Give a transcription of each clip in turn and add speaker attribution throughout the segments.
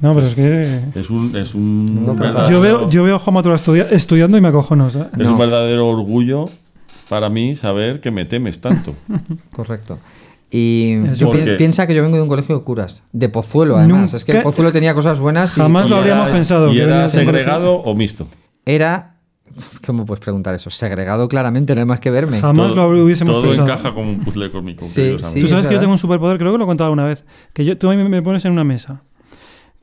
Speaker 1: No, pero es que.
Speaker 2: Es un. Es un
Speaker 3: No, pero-
Speaker 2: verdadero-
Speaker 1: Yo veo, yo veo a Juanma Toro estudia- estudiando y me acojono. ¿sabes?
Speaker 2: Es un verdadero orgullo para mí saber que me temes tanto.
Speaker 3: Correcto. Y
Speaker 1: Es
Speaker 3: yo pi-
Speaker 2: porque-
Speaker 3: piensa que yo vengo de un colegio de curas, de Pozuelo, además. Es que el
Speaker 1: Nunca-
Speaker 3: Pozuelo tenía cosas buenas y
Speaker 1: Jamás
Speaker 2: Y
Speaker 1: lo habríamos
Speaker 2: era-
Speaker 1: pensado,
Speaker 2: ¿Y
Speaker 1: que
Speaker 2: era
Speaker 1: venías en
Speaker 2: segregado o mixto?
Speaker 3: era. ¿Cómo puedes preguntar eso? Segregado claramente, no hay más que verme.
Speaker 1: Jamás
Speaker 2: Todo-
Speaker 1: lo habr- hubiésemos
Speaker 2: Todo
Speaker 1: pensado.
Speaker 2: encaja como un puzzle cósmico.
Speaker 3: Sí,
Speaker 2: queridos
Speaker 3: sí.
Speaker 1: Tú sabes
Speaker 2: amigos.
Speaker 3: es
Speaker 1: que yo
Speaker 3: verdad.
Speaker 1: tengo un superpoder, creo que lo he contado una vez. Que yo, tú a mí me pones en una mesa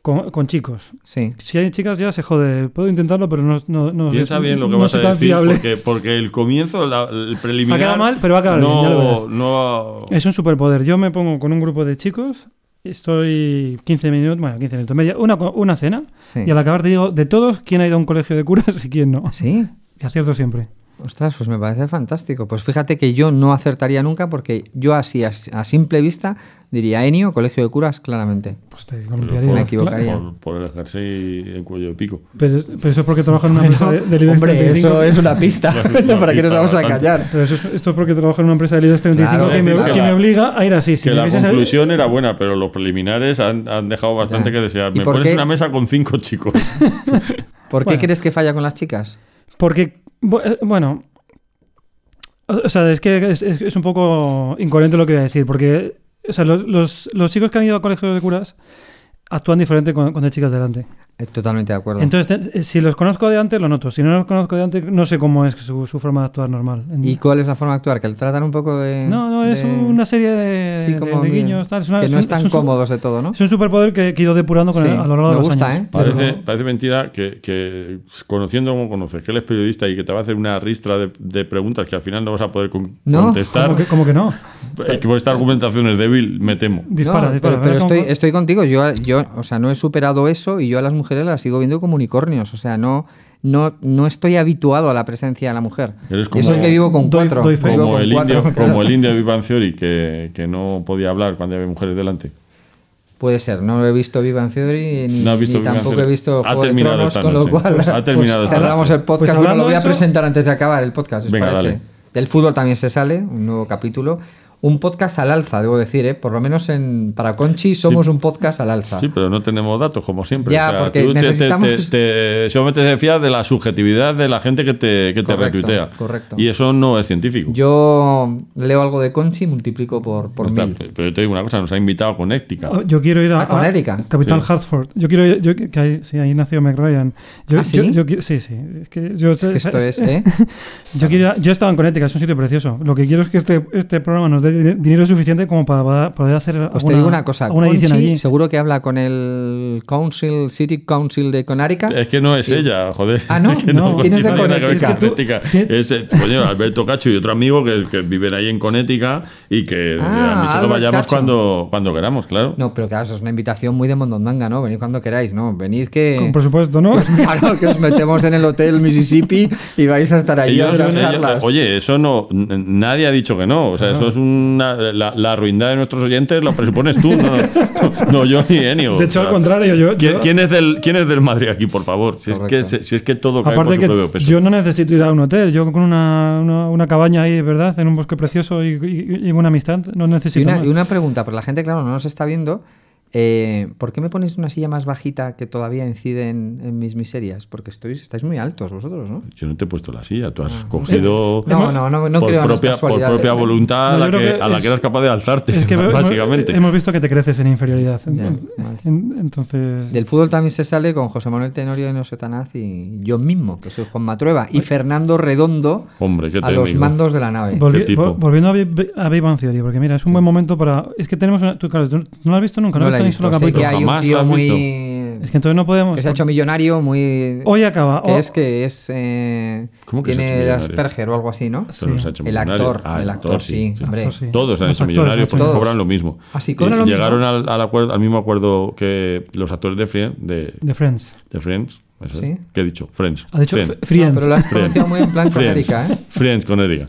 Speaker 1: con, con chicos.
Speaker 3: Sí.
Speaker 1: Si hay chicas ya se jode. Puedo intentarlo, pero no, no, no
Speaker 2: Piensa
Speaker 1: soy-
Speaker 2: bien lo que
Speaker 1: no
Speaker 2: vas a
Speaker 1: soy tan
Speaker 2: decir,
Speaker 1: fiable.
Speaker 2: porque, porque el comienzo, la- el preliminar...
Speaker 1: Ha quedado mal, pero va a quedar
Speaker 2: no,
Speaker 1: bien, ya lo verás.
Speaker 2: No,
Speaker 1: Es un superpoder. Yo me pongo con un grupo de chicos, estoy 15 minutos, bueno, 15 minutos, media, una, co- una cena,
Speaker 3: Sí.
Speaker 1: y al acabar te digo de todos quién ha ido a un colegio de curas y quién no.
Speaker 3: Sí.
Speaker 1: Y acierto siempre.
Speaker 3: Ostras, pues me parece fantástico. Pues fíjate que yo no acertaría nunca porque yo así, as- a, simple vista, diría Enio, colegio de curas, claramente.
Speaker 1: Pues te
Speaker 2: pero
Speaker 1: columpiarías.
Speaker 3: Me
Speaker 2: por,
Speaker 3: equivocaría.
Speaker 2: por- por el jersey en cuello de pico.
Speaker 1: Pero, es- pero eso es porque trabajo en una empresa de, de Libres 35.
Speaker 3: una pista.
Speaker 2: ¿Para qué nos vamos a callar?
Speaker 1: Pero eso es- esto es porque trabajo en una empresa de Libres 35
Speaker 3: Claro,
Speaker 1: que, me,
Speaker 2: claro.
Speaker 1: que me obliga a ir así. Si
Speaker 2: que
Speaker 1: me
Speaker 2: la
Speaker 1: hubieses-
Speaker 2: conclusión era buena, pero los preliminares han, han dejado bastante
Speaker 3: Ya.
Speaker 2: que desear.
Speaker 3: ¿Y
Speaker 2: Me
Speaker 3: por
Speaker 2: pones
Speaker 3: qué?
Speaker 2: una mesa con cinco chicos.
Speaker 3: ¿Por qué
Speaker 1: Bueno.
Speaker 3: crees que falla con las chicas?
Speaker 1: Porque, bu- eh, bueno. O o sea, es que es, es- es un poco incoherente lo que voy a decir. Porque o sea, los, los- los chicos que han ido a colegios de curas actúan diferente cuando, cuando hay chicas delante.
Speaker 3: Eh, Totalmente de acuerdo.
Speaker 1: Entonces, te- eh, si los conozco de antes, lo noto. Si no los conozco de antes, no sé cómo es su, su forma de actuar normal. En-
Speaker 3: ¿Y cuál es la forma de actuar? Que el tratan un poco de.
Speaker 1: no, no, es
Speaker 3: de-
Speaker 1: una serie de,
Speaker 3: Sí,
Speaker 1: de-
Speaker 3: como
Speaker 1: de
Speaker 3: bien.
Speaker 1: guiños. Tal. Es una-
Speaker 3: que
Speaker 1: es
Speaker 3: no
Speaker 1: un-
Speaker 3: están
Speaker 1: es un su-
Speaker 3: cómodos de todo, ¿no?
Speaker 1: Es un superpoder que, que he ido depurando con
Speaker 3: Sí,
Speaker 1: el- a lo largo de
Speaker 3: me
Speaker 1: los
Speaker 3: gusta,
Speaker 1: años.
Speaker 3: ¿eh?
Speaker 1: Pero-
Speaker 2: Parece, parece mentira que, que pues, conociendo como conoces, que él es periodista y que te va a hacer una ristra de, de preguntas que al final no vas a poder con-
Speaker 3: No,
Speaker 2: contestar.
Speaker 1: ¿Cómo que, cómo que no?
Speaker 2: Eh, que por esta argumentación es débil, me temo.
Speaker 1: Dispara,
Speaker 3: No,
Speaker 1: dispara.
Speaker 3: pero,
Speaker 1: a
Speaker 3: pero
Speaker 1: ver cómo-
Speaker 3: estoy, estoy contigo. Yo, yo, o sea, no he superado eso y yo a las mujeres las sigo viendo como unicornios. O sea, no, no, no estoy habituado a la presencia de la mujer.
Speaker 2: Eres
Speaker 3: Y eso
Speaker 2: como-
Speaker 3: que vivo con
Speaker 1: Doy-
Speaker 3: cuatro.
Speaker 1: doy fe.
Speaker 3: vivo
Speaker 2: Como
Speaker 3: con
Speaker 2: el,
Speaker 3: cuatro,
Speaker 2: indio,
Speaker 3: claro.
Speaker 2: como el indio de Big Bang Theory, que, que no podía hablar cuando había mujeres delante.
Speaker 3: Puede ser, no he visto Viva Theory ni,
Speaker 2: No has visto
Speaker 3: ni
Speaker 2: Big Bang
Speaker 3: tampoco
Speaker 2: Theory.
Speaker 3: he visto
Speaker 2: Ha
Speaker 3: Juego de
Speaker 2: terminado
Speaker 3: Tronos,
Speaker 2: esta
Speaker 3: con lo
Speaker 2: noche.
Speaker 3: cual
Speaker 2: Pues ha terminado esta
Speaker 3: cerramos
Speaker 2: noche.
Speaker 3: el podcast,
Speaker 1: Pues
Speaker 3: pero lo
Speaker 1: hablando
Speaker 3: voy
Speaker 1: de
Speaker 3: a
Speaker 1: eso-
Speaker 3: presentar antes de acabar el podcast. ¿os
Speaker 2: Venga,
Speaker 3: parece?
Speaker 2: dale.
Speaker 3: Del fútbol también se sale, un nuevo capítulo. Un podcast al alza, debo decir, ¿eh? por lo menos en para Conchi somos un podcast al alza.
Speaker 2: Sí, pero no tenemos datos, como siempre.
Speaker 3: Ah. Ya,
Speaker 2: O sea,
Speaker 3: porque
Speaker 2: tú te- te-
Speaker 3: necesitamos-
Speaker 2: te- te- solamente te fías de la subjetividad de la gente que te, que te
Speaker 3: Correcto,
Speaker 2: retuitea.
Speaker 3: correcto.
Speaker 2: Y eso no es científico.
Speaker 3: Yo leo algo de Conchi y multiplico por, por
Speaker 2: Está-
Speaker 3: mil.
Speaker 2: pero yo te digo una cosa, nos ha invitado con ética.
Speaker 1: Ah, Yo quiero ir a,
Speaker 3: Ah, con
Speaker 1: a
Speaker 3: Erika.
Speaker 1: Capital
Speaker 2: Sí.
Speaker 1: Hartford. Yo quiero ir, yo, que ahí, sí, ahí nació Meg Ryan. Yo,
Speaker 3: ¿Ah, sí?
Speaker 1: Yo, yo qui- sí, sí. Es que yo,
Speaker 3: Es que esto es, ¿eh?
Speaker 1: yo, quiero ir a- yo estaba en Connecticut, es un sitio precioso. Lo que quiero es que este, este programa nos dé din- dinero suficiente como para, para poder hacer
Speaker 3: Pues
Speaker 1: alguna,
Speaker 3: te digo una cosa.
Speaker 1: alguna edición
Speaker 3: Conchi
Speaker 1: allí.
Speaker 3: seguro que habla con el Council, City Council de Conarica.
Speaker 2: Es que no es ella, joder.
Speaker 3: Ah, ¿no?
Speaker 2: Es que
Speaker 1: No,
Speaker 2: con
Speaker 1: ¿quién es de
Speaker 2: China tiene nada que ver
Speaker 1: Connecticut?
Speaker 2: con
Speaker 1: Es que tú-
Speaker 2: Ética.
Speaker 1: tienes-
Speaker 2: Es, eh, coño, Alberto Cacho y otro amigo que, que viven ahí en Connecticut y que eh,
Speaker 3: Ah,
Speaker 2: han dicho que
Speaker 3: Albert
Speaker 2: vayamos
Speaker 3: Cacho.
Speaker 2: cuando, cuando queramos, claro.
Speaker 3: No, pero claro, eso es una invitación muy de Mondondanga, ¿no? Venid cuando queráis, ¿no? Venid que...
Speaker 1: Con presupuesto, ¿no?
Speaker 3: Claro, que os metemos en el hotel Mississippi y vais a estar allí a
Speaker 2: Ellos-
Speaker 3: las
Speaker 2: ellos-
Speaker 3: charlas.
Speaker 2: oye, eso no, n- nadie ha dicho que no. O sea, eso es una, la, la ruindad de nuestros oyentes, lo presupones tú, no, no, no, yo ni Enio.
Speaker 1: De hecho,
Speaker 2: O
Speaker 1: al
Speaker 2: sea,
Speaker 1: contrario, yo.
Speaker 2: ¿Quién,
Speaker 1: yo-
Speaker 2: quién es del, ¿Quién es del Madrid aquí, por favor? Si es, que,
Speaker 3: Correcto.
Speaker 2: se- si es que todo cae por
Speaker 1: Aparte
Speaker 2: su
Speaker 1: que
Speaker 2: propio peso.
Speaker 1: yo no necesito ir a un hotel, yo con una, una, una cabaña ahí, ¿verdad? En un bosque precioso y, y- y una amistad, no
Speaker 3: y,
Speaker 1: necesito
Speaker 3: una,
Speaker 1: más.
Speaker 3: y una pregunta, pero la gente, claro, no nos está viendo. Eh, ¿Por qué me ponéis una silla más bajita que todavía incide en, en mis miserias? Porque estoy, estáis muy altos vosotros, ¿no?
Speaker 2: Yo no te he puesto la silla, tú has cogido
Speaker 3: Ah. No, no, no, no
Speaker 2: por,
Speaker 3: creo en las
Speaker 2: propia, por
Speaker 3: casualidades,
Speaker 2: propia
Speaker 3: ¿eh?
Speaker 2: voluntad a
Speaker 1: No,
Speaker 2: la
Speaker 1: yo creo
Speaker 2: que,
Speaker 1: que
Speaker 2: a la
Speaker 1: es-
Speaker 2: que eras capaz de alzarte,
Speaker 1: Es que eh, hemos-
Speaker 2: básicamente.
Speaker 1: Hemos visto que te creces en inferioridad.
Speaker 3: Ya,
Speaker 1: En-
Speaker 3: vale.
Speaker 1: en- entonces.
Speaker 3: Del fútbol también se sale con José Manuel Tenorio y Nosetanaz y yo mismo, que soy Juan Matrueva, y Fernando Redondo
Speaker 2: Hombre, qué
Speaker 3: a los
Speaker 2: técnico.
Speaker 3: mandos de la nave.
Speaker 1: Volvi-
Speaker 2: ¿Qué
Speaker 1: vol-
Speaker 2: tipo?
Speaker 1: volviendo a, Bi- a Big Bang Theory, porque mira, es un buen momento para. Es que tenemos una. Tú, claro, tú no lo has visto nunca, no,
Speaker 3: No
Speaker 1: has
Speaker 3: la he
Speaker 1: visto ni
Speaker 3: visto.
Speaker 1: solo
Speaker 3: Sé
Speaker 1: capítulo.
Speaker 3: que hay un
Speaker 2: Jamás la
Speaker 3: tío
Speaker 2: has
Speaker 3: muy...
Speaker 1: Es que entonces no podemos.
Speaker 3: que se ha hecho millonario, muy...
Speaker 1: Hoy acaba.
Speaker 3: que
Speaker 1: o-
Speaker 3: es que es... eh,
Speaker 2: ¿Cómo que se ha hecho
Speaker 3: tiene
Speaker 2: millonario?
Speaker 3: Asperger o algo así, ¿no?
Speaker 2: Pero nos ha hecho
Speaker 3: El
Speaker 2: millonarios.
Speaker 3: actor,
Speaker 2: Ah,
Speaker 3: el actor, sí, hombre.
Speaker 1: Actor, sí.
Speaker 2: Todos han
Speaker 1: Los
Speaker 2: hecho
Speaker 1: actores
Speaker 2: millonarios
Speaker 1: han hecho
Speaker 2: porque
Speaker 3: todos.
Speaker 2: cobran lo mismo.
Speaker 3: Ah, sí,
Speaker 2: Y
Speaker 3: cobran lo mismo.
Speaker 2: llegaron Al, al acuerdo, al mismo acuerdo que los actores de Friends, de,
Speaker 1: De Friends.
Speaker 2: de Friends eso es.
Speaker 3: Sí.
Speaker 2: ¿qué he dicho? Friends.
Speaker 1: Ha dicho
Speaker 2: Friends.
Speaker 1: F- Friends.
Speaker 3: No, pero lo has pronunciado muy en plan con
Speaker 2: Friends,
Speaker 3: Erika, ¿eh?
Speaker 2: Friends con Erika.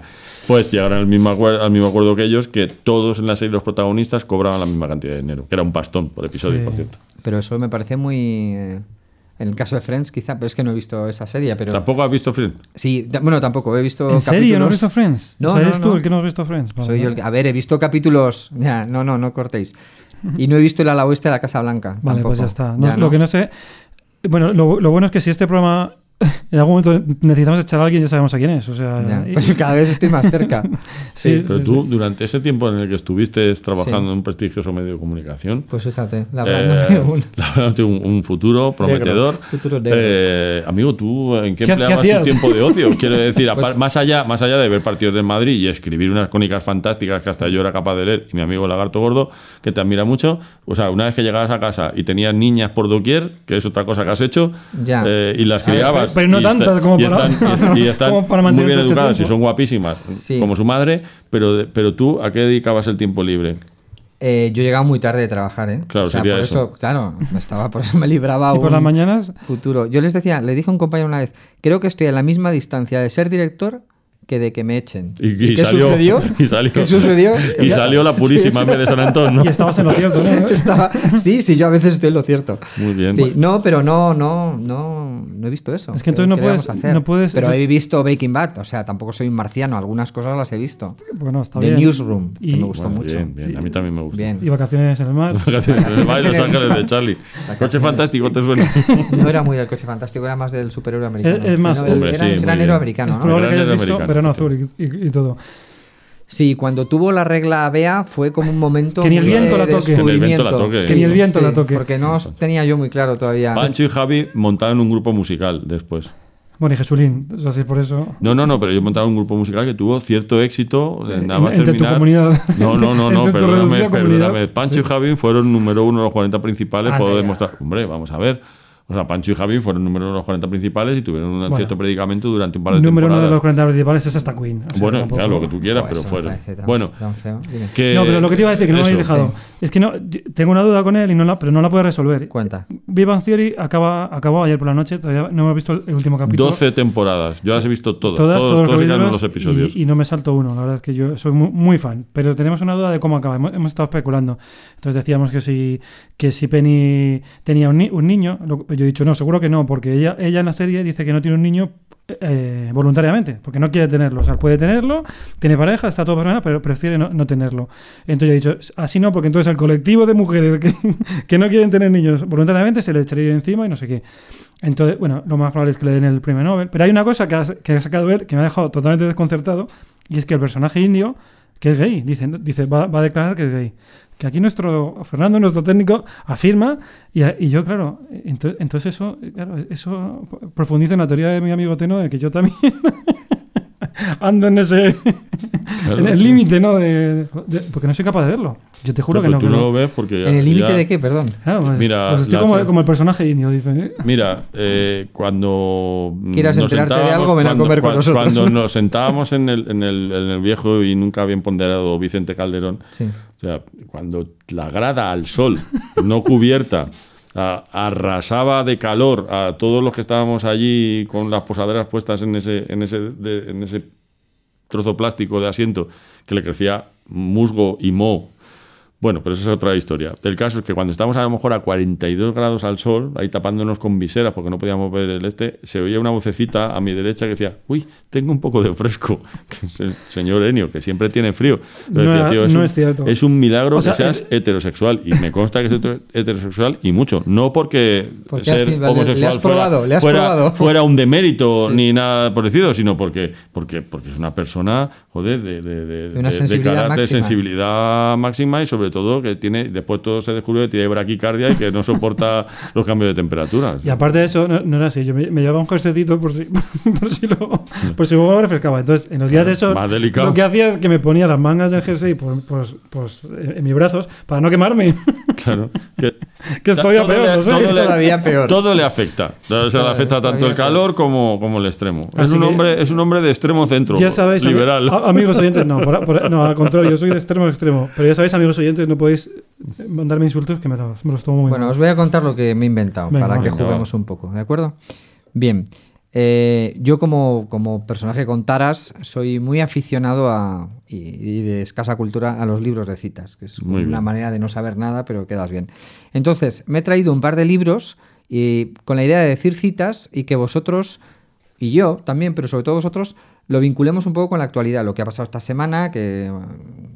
Speaker 2: Pues llegaron al mismo, acuer- al mismo acuerdo que ellos, que todos en la serie los protagonistas cobraban la misma cantidad de dinero, que era un pastón por episodio,
Speaker 1: Sí.
Speaker 2: por cierto.
Speaker 3: Pero eso me parece muy... eh, En el caso de Friends, quizá, pero es que no he visto esa serie, pero...
Speaker 2: ¿Tampoco has visto Friends?
Speaker 3: Sí, ta- bueno, tampoco, he visto
Speaker 1: ¿En serio? ¿No has
Speaker 3: capítulos-
Speaker 1: visto Friends?
Speaker 3: No,
Speaker 1: O sea,
Speaker 3: no,
Speaker 1: ¿Eres tú
Speaker 3: no.
Speaker 1: el que no has visto Friends? Vale,
Speaker 3: Soy yo el que- A ver, he visto capítulos. Ya, no, no, no cortéis. Y no he visto el ala oeste de la Casa Blanca.
Speaker 1: Vale,
Speaker 3: tampoco.
Speaker 1: pues ya está. No-
Speaker 3: Ya
Speaker 1: Lo
Speaker 3: no.
Speaker 1: que no sé. Bueno, lo, lo bueno es que si este programa en algún momento necesitamos echar a alguien, ya sabemos a quién es. O sea,
Speaker 3: Ya,
Speaker 1: y-
Speaker 3: pues cada vez estoy más cerca.
Speaker 1: sí,
Speaker 2: Pero
Speaker 1: sí,
Speaker 2: tú,
Speaker 1: sí.
Speaker 2: durante ese tiempo en el que estuviste trabajando
Speaker 3: Sí.
Speaker 2: en un prestigioso medio de comunicación,
Speaker 3: Pues fíjate, la
Speaker 2: eh,
Speaker 3: verdad no veo uno.
Speaker 2: labraste un, un futuro prometedor.
Speaker 3: Futuro negro.
Speaker 2: Eh, amigo, ¿tú en qué,
Speaker 1: ¿Qué- qué
Speaker 2: empleabas
Speaker 1: hacías?
Speaker 2: tu tiempo de ocio? Quiero decir, apar-
Speaker 3: Pues-
Speaker 2: más, allá, más allá de ver partidos del Madrid y escribir unas crónicas fantásticas que hasta yo era capaz de leer, y mi amigo Lagarto Gordo, que te admira mucho, o sea, una vez que llegabas a casa y tenías niñas por doquier, que es otra cosa que has hecho,
Speaker 3: Ya.
Speaker 2: eh, y las
Speaker 1: ver,
Speaker 2: criabas.
Speaker 1: pero- pero no
Speaker 2: y está-
Speaker 1: tantas como
Speaker 2: y
Speaker 1: para-
Speaker 2: están- y- y están
Speaker 1: como para
Speaker 2: muy
Speaker 1: mantener
Speaker 2: bien
Speaker 1: todo ese
Speaker 2: educadas y
Speaker 1: tiempo.
Speaker 2: son guapísimas,
Speaker 3: Sí.
Speaker 2: como su madre, pero, pero tú, ¿a qué dedicabas el tiempo libre?
Speaker 3: Eh, yo llegaba muy tarde de trabajar, ¿eh?
Speaker 2: Claro,
Speaker 3: O sea,
Speaker 2: sería
Speaker 3: por
Speaker 2: eso.
Speaker 3: Claro, me estaba, por eso me libraba
Speaker 1: ¿Y por
Speaker 3: un
Speaker 1: las mañanas?
Speaker 3: futuro. Yo les decía, le dije a un compañero una vez, creo que estoy a la misma distancia de ser director que de que me echen.
Speaker 2: Y, y
Speaker 3: ¿Y qué
Speaker 2: salió,
Speaker 3: sucedió?
Speaker 2: Y salió,
Speaker 3: ¿Qué sucedió?
Speaker 2: Y salió la purísima en vez de San Antón, ¿no?
Speaker 1: Y estabas en lo cierto, ¿no?
Speaker 3: Estaba- sí, sí, yo a veces estoy en lo cierto.
Speaker 2: Muy bien,
Speaker 3: Sí,
Speaker 2: bueno.
Speaker 3: No, pero no, no, no, no he visto eso.
Speaker 1: Es que entonces no
Speaker 3: ¿Qué vamos
Speaker 1: puedes-
Speaker 3: a hacer?
Speaker 1: no puedes-
Speaker 3: Pero he visto Breaking Bad, o sea, tampoco soy un marciano, algunas cosas las he visto.
Speaker 1: Bueno, está
Speaker 3: The
Speaker 1: bien.
Speaker 3: Newsroom, que
Speaker 1: Y-
Speaker 3: me gustó
Speaker 2: Bueno,
Speaker 3: mucho.
Speaker 2: Bien, bien. A mí también me gusta.
Speaker 3: Bien.
Speaker 1: Y vacaciones en el mar.
Speaker 2: Vacaciones en el mar y Los Ángeles de Charlie. Coche
Speaker 3: Vacaciones.
Speaker 2: fantástico, te suena.
Speaker 3: No era muy del coche fantástico, era más del superhéroe americano.
Speaker 1: Es- es más-
Speaker 3: No, el-
Speaker 2: Hombre,
Speaker 3: era
Speaker 2: sí,
Speaker 3: un
Speaker 2: muy
Speaker 3: granero
Speaker 2: bien.
Speaker 1: Es
Speaker 3: americano, ¿no?
Speaker 1: probable que hayas
Speaker 2: Grandes
Speaker 1: visto
Speaker 2: americanos,
Speaker 1: Verano
Speaker 2: sí.
Speaker 1: Azul y, y- y todo.
Speaker 3: Sí, cuando tuvo la regla BEA fue como un momento
Speaker 1: Que ni el
Speaker 3: muy de
Speaker 1: viento la toque. Que
Speaker 2: ni el viento la
Speaker 3: descubrimiento.
Speaker 2: toque.
Speaker 1: Que ni el viento la toque.
Speaker 3: Porque no os tenía yo muy claro todavía.
Speaker 2: Pancho y Javi montaron un grupo musical después.
Speaker 1: Bueno, y Jesulín, o sea, sí, por eso.
Speaker 2: No, no, no, pero yo montaba un grupo musical que tuvo cierto éxito. eh, Nada más
Speaker 1: En- entre tu
Speaker 2: terminar.
Speaker 1: comunidad.
Speaker 2: No, no, no, no,
Speaker 1: Entre tu
Speaker 2: perdóname,
Speaker 1: reducida
Speaker 2: perdóname.
Speaker 1: comunidad.
Speaker 2: Pancho y Javi fueron número uno de los 40 principales. puedo
Speaker 1: Anda ya.
Speaker 2: demostrar. Hombre, vamos a ver. O sea, Pancho y Javi fueron número uno de los 40 principales y tuvieron un
Speaker 1: Bueno.
Speaker 2: cierto predicamento durante un par de
Speaker 1: Número uno de los
Speaker 2: temporadas.
Speaker 1: 40 principales es hasta Queen. o sea,
Speaker 2: Bueno,
Speaker 1: tampoco-
Speaker 2: ya lo que tú quieras,
Speaker 3: Joder,
Speaker 2: pero
Speaker 3: Pues eso me
Speaker 2: fuera.
Speaker 3: parece tan-
Speaker 2: Bueno,
Speaker 3: tan feo. Dime.
Speaker 2: que.
Speaker 1: No, pero lo que te iba a decir, que no me
Speaker 2: eso.
Speaker 1: habéis dejado. Es que no, yo- tengo una duda con él, y no la, pero no la puedo resolver.
Speaker 3: Cuenta.
Speaker 1: Big Bang Theory acaba, acabó ayer por la noche, todavía no hemos visto el, el último capítulo.
Speaker 2: 12 temporadas. Yo las he visto todas.
Speaker 1: Todas,
Speaker 2: todos,
Speaker 1: todos los
Speaker 2: todos se quedan en
Speaker 1: capítulos
Speaker 2: los episodios.
Speaker 1: Y, y no me salto uno, la verdad es que yo soy muy, muy fan. Pero tenemos una duda de cómo acaba, hemos, hemos estado especulando. Entonces decíamos que si, que si Penny tenía un, ni- un niño, lo- yo he dicho no, seguro que no, porque ella, ella en la serie dice que no tiene un niño eh, voluntariamente, porque no quiere tenerlo. O sea, puede tenerlo, tiene pareja, está todo personal, pero prefiere no, no tenerlo. Entonces yo he dicho, así no, porque entonces al colectivo de mujeres que, que no quieren tener niños voluntariamente se le echaría encima y no sé qué. Entonces, bueno, lo más probable es que le den el premio Nobel. Pero hay una cosa que ha, que ha sacado él que me ha dejado totalmente desconcertado y es que el personaje indio, que es gay, dice, dice va, va a declarar que es gay. Que aquí nuestro Fernando, nuestro técnico, afirma y, y yo, claro, ento- entonces eso, claro, eso profundiza en la teoría de mi amigo Teno de que yo también ando en ese
Speaker 2: Claro.
Speaker 1: en el límite, ¿no? De, de- porque no soy capaz de verlo. Yo te juro
Speaker 2: Pero
Speaker 1: que no.
Speaker 2: tú no
Speaker 1: que
Speaker 2: lo
Speaker 1: no.
Speaker 2: ves porque.
Speaker 3: ¿En el límite
Speaker 2: ya-
Speaker 3: de qué? Perdón.
Speaker 1: Claro, pues,
Speaker 2: Mira,
Speaker 1: pues estoy
Speaker 2: la-
Speaker 1: como, como el personaje indio, dice.
Speaker 2: Mira, eh, cuando.
Speaker 3: Quieras
Speaker 2: nos
Speaker 3: enterarte de
Speaker 2: sentábamos-
Speaker 3: algo, ven a
Speaker 2: cuando-
Speaker 3: comer con
Speaker 2: cua-
Speaker 3: nosotros.
Speaker 2: Cuando nos sentábamos en el, en el- en el viejo y nunca bien ponderado Vicente Calderón,
Speaker 3: Sí.
Speaker 2: o sea, cuando la grada al sol, no cubierta, a- arrasaba de calor a todos los que estábamos allí con las posaderas puestas en ese, en ese, de- en ese trozo plástico de asiento que le crecía musgo y moho. Bueno, pero eso es otra historia. El caso es que cuando estamos a lo mejor a 42 grados al sol, ahí tapándonos con viseras porque no podíamos ver el este, se oía una vocecita a mi derecha que decía, uy, tengo un poco de fresco. Que es el señor Enio, que siempre tiene frío. Pero
Speaker 1: No
Speaker 2: decía,
Speaker 1: era-
Speaker 2: "Tío, es
Speaker 1: no
Speaker 2: un-
Speaker 1: es cierto".
Speaker 2: Es un milagro
Speaker 1: O sea,
Speaker 2: que seas
Speaker 1: es-
Speaker 2: heterosexual. Y me consta que es hetero- heterosexual y mucho. No porque
Speaker 3: Porque
Speaker 2: ser
Speaker 3: así, vale, le has
Speaker 2: homosexual fuera-
Speaker 3: probado, le has
Speaker 2: fuera-
Speaker 3: probado.
Speaker 2: fuera fuera un demérito ni nada parecido, sino porque, porque, porque es una persona, joder, de, de, de-
Speaker 3: De una
Speaker 2: de- de
Speaker 3: sensibilidad
Speaker 2: carácter,
Speaker 3: máxima.
Speaker 2: sensibilidad máxima y sobre todo que tiene, después todo se descubrió que tiene braquicardia y que no soporta los cambios de temperatura.
Speaker 1: Y aparte de eso, no, no era así. Yo me, me llevaba un corsetito por si, por si lo, por si luego me refrescaba. Entonces, en los días de eso,
Speaker 2: Más delicado.
Speaker 1: lo que hacía es que me ponía las mangas del jersey pues, pues, pues, en en mis brazos para no quemarme.
Speaker 2: Claro. Que,
Speaker 1: que estoy
Speaker 2: todo
Speaker 1: apeando,
Speaker 2: le-
Speaker 1: ¿sabes?
Speaker 2: todo le-
Speaker 3: Todavía peor.
Speaker 2: Todo le afecta. O sea, le afecta tanto el calor como, como el extremo. Es
Speaker 1: Así
Speaker 2: un,
Speaker 1: que-
Speaker 2: hombre, es un hombre de extremo centro.
Speaker 1: Ya sabéis, Ah, ami-
Speaker 2: liberal.
Speaker 1: a- amigos oyentes, no, por- por- no, al contrario, yo soy de extremo a extremo. Pero ya sabéis, amigos oyentes, no podéis eh, mandarme insultos que me los, me los tomo muy
Speaker 3: Bueno,
Speaker 1: mal.
Speaker 3: os voy a contar lo que me he inventado
Speaker 1: Venga,
Speaker 3: para que
Speaker 2: venga,
Speaker 3: juguemos un poco, ¿de acuerdo? Bien, eh, yo como, como personaje con taras soy muy aficionado a, y, y de escasa cultura a los libros de citas, que es
Speaker 2: Muy
Speaker 3: una
Speaker 2: bien.
Speaker 3: manera de no saber nada, pero quedas bien. Entonces, me he traído un par de libros y, con la idea de decir citas y que vosotros y yo también, pero sobre todo vosotros, lo vinculemos un poco con la actualidad, lo que ha pasado esta semana, que